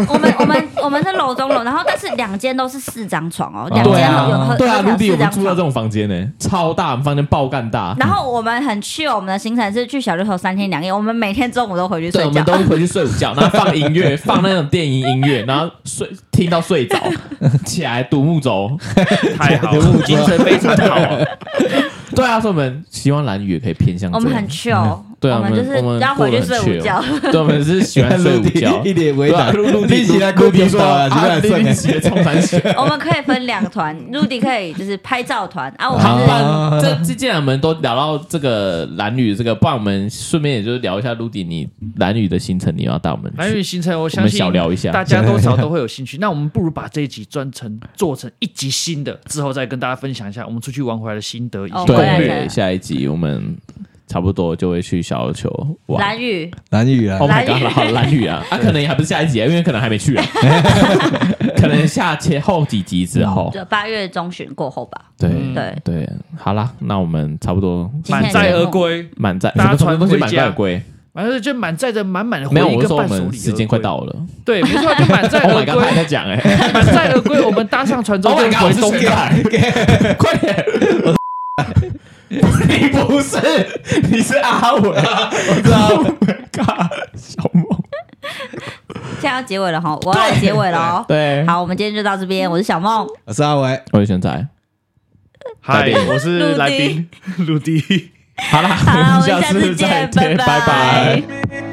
A: 我们我们我们是楼中楼，然后但是两间都是四张床哦，两
C: 对
A: 间有有
C: 啊
A: 合，
C: 对啊，
A: 合起来
C: 陆地我
A: 四
C: 们
A: 张
C: 住到这
A: 床。
C: 种房间呢，超大，我们房间爆干 大，
A: 然后我们很 chill，我们的行程是去小绿头三天两夜，我们每天中午都回去
C: 对，
A: 睡
C: 我
A: 觉
C: 们。都回去睡午觉，然后放音乐，放那种电音音乐，然后睡听到睡 着，起来独木舟。
D: 太好 了，精神非常好啊。
C: 对啊，所以我们希望蓝宇也可以偏向这
A: 我
C: 样
A: 们很 chill，
C: 对啊
A: 我们
C: 我
A: 就
C: 们
A: 是
C: 我们
A: 要回去睡午觉。
C: 对，我们是喜欢睡午觉
B: 一脸为
C: 对啊，
B: 难，
C: 陆陆地
B: 立起来
C: 陆
B: 哭
C: 地
B: 地
C: 说
B: 说啊，起
C: 啊，
B: 来
C: 陆
B: 算
C: 地
B: 了，
C: 起冲山雪。
A: 我们可以分两团，陆迪可以就是拍照团啊，我
C: 好，不
A: 们是
C: 然这这既然我们都聊到这个蓝宇这个，不然我们顺便也就是聊一下陆地你蓝宇的行程，你要带我们
D: 蓝
C: 去
D: 宇行程，我
C: 我
D: 相
C: 们
D: 信
C: 小聊一下。
D: 大家多少都会有兴趣。那我们不如把这一集专程做成一集新的，之后再跟大家分享一下我们出去玩回来的心得以及
A: 哦
D: 攻
A: 回来
D: 略。
A: 再
C: 对，下一集我们差不多就会去小琉球玩。
A: 蓝宇，
B: 蓝雨啊
C: Oh，my
A: 蓝
C: god！
A: 宇
C: 好蓝雨啊，啊，可能也还不是下一集，因为可能还没去啊，可能下前后几集之后，
A: 就八月中旬过后吧。
C: 对
D: 嗯
A: 对，
C: 对，好啦，那我们差不多
A: 今
D: 满
A: 天的
D: 载
A: 节目
D: 而归，
C: 满载，
D: 搭
C: 什么
D: 船
C: 东西
D: 回
C: 满载
D: 家
C: 而归，
D: 反正就满载着满满的回
C: 没有，
D: 忆
C: 我是
D: 跟
C: 说我
D: 伴手
C: 们
D: 礼。
C: 时间快，到了
D: 对，没错，就满载
C: ，Oh
D: 而
C: my god！他还
D: 归，
C: 在讲哎
D: 满载而归。我们搭上船之后
C: ，Oh
D: 就
C: my god！我
D: 回
C: 是
D: 东
C: 东
D: 海。
C: 海，快点，我是你 不是，你是阿伟，我知道，Oh my god！小梦，
A: 现在要结尾了哈，我要结尾了哦。
C: 对，
A: 好，我们今天就到这边，我是小 梦，
B: 我是阿伟，
C: 我是玄仔，
D: 嗨
C: 再见，
D: 我是来宾陆迪。
C: 好啦，
A: 好啦，我
C: 们
A: 们下
C: 次
A: 次见，
C: 再见，拜
A: 拜。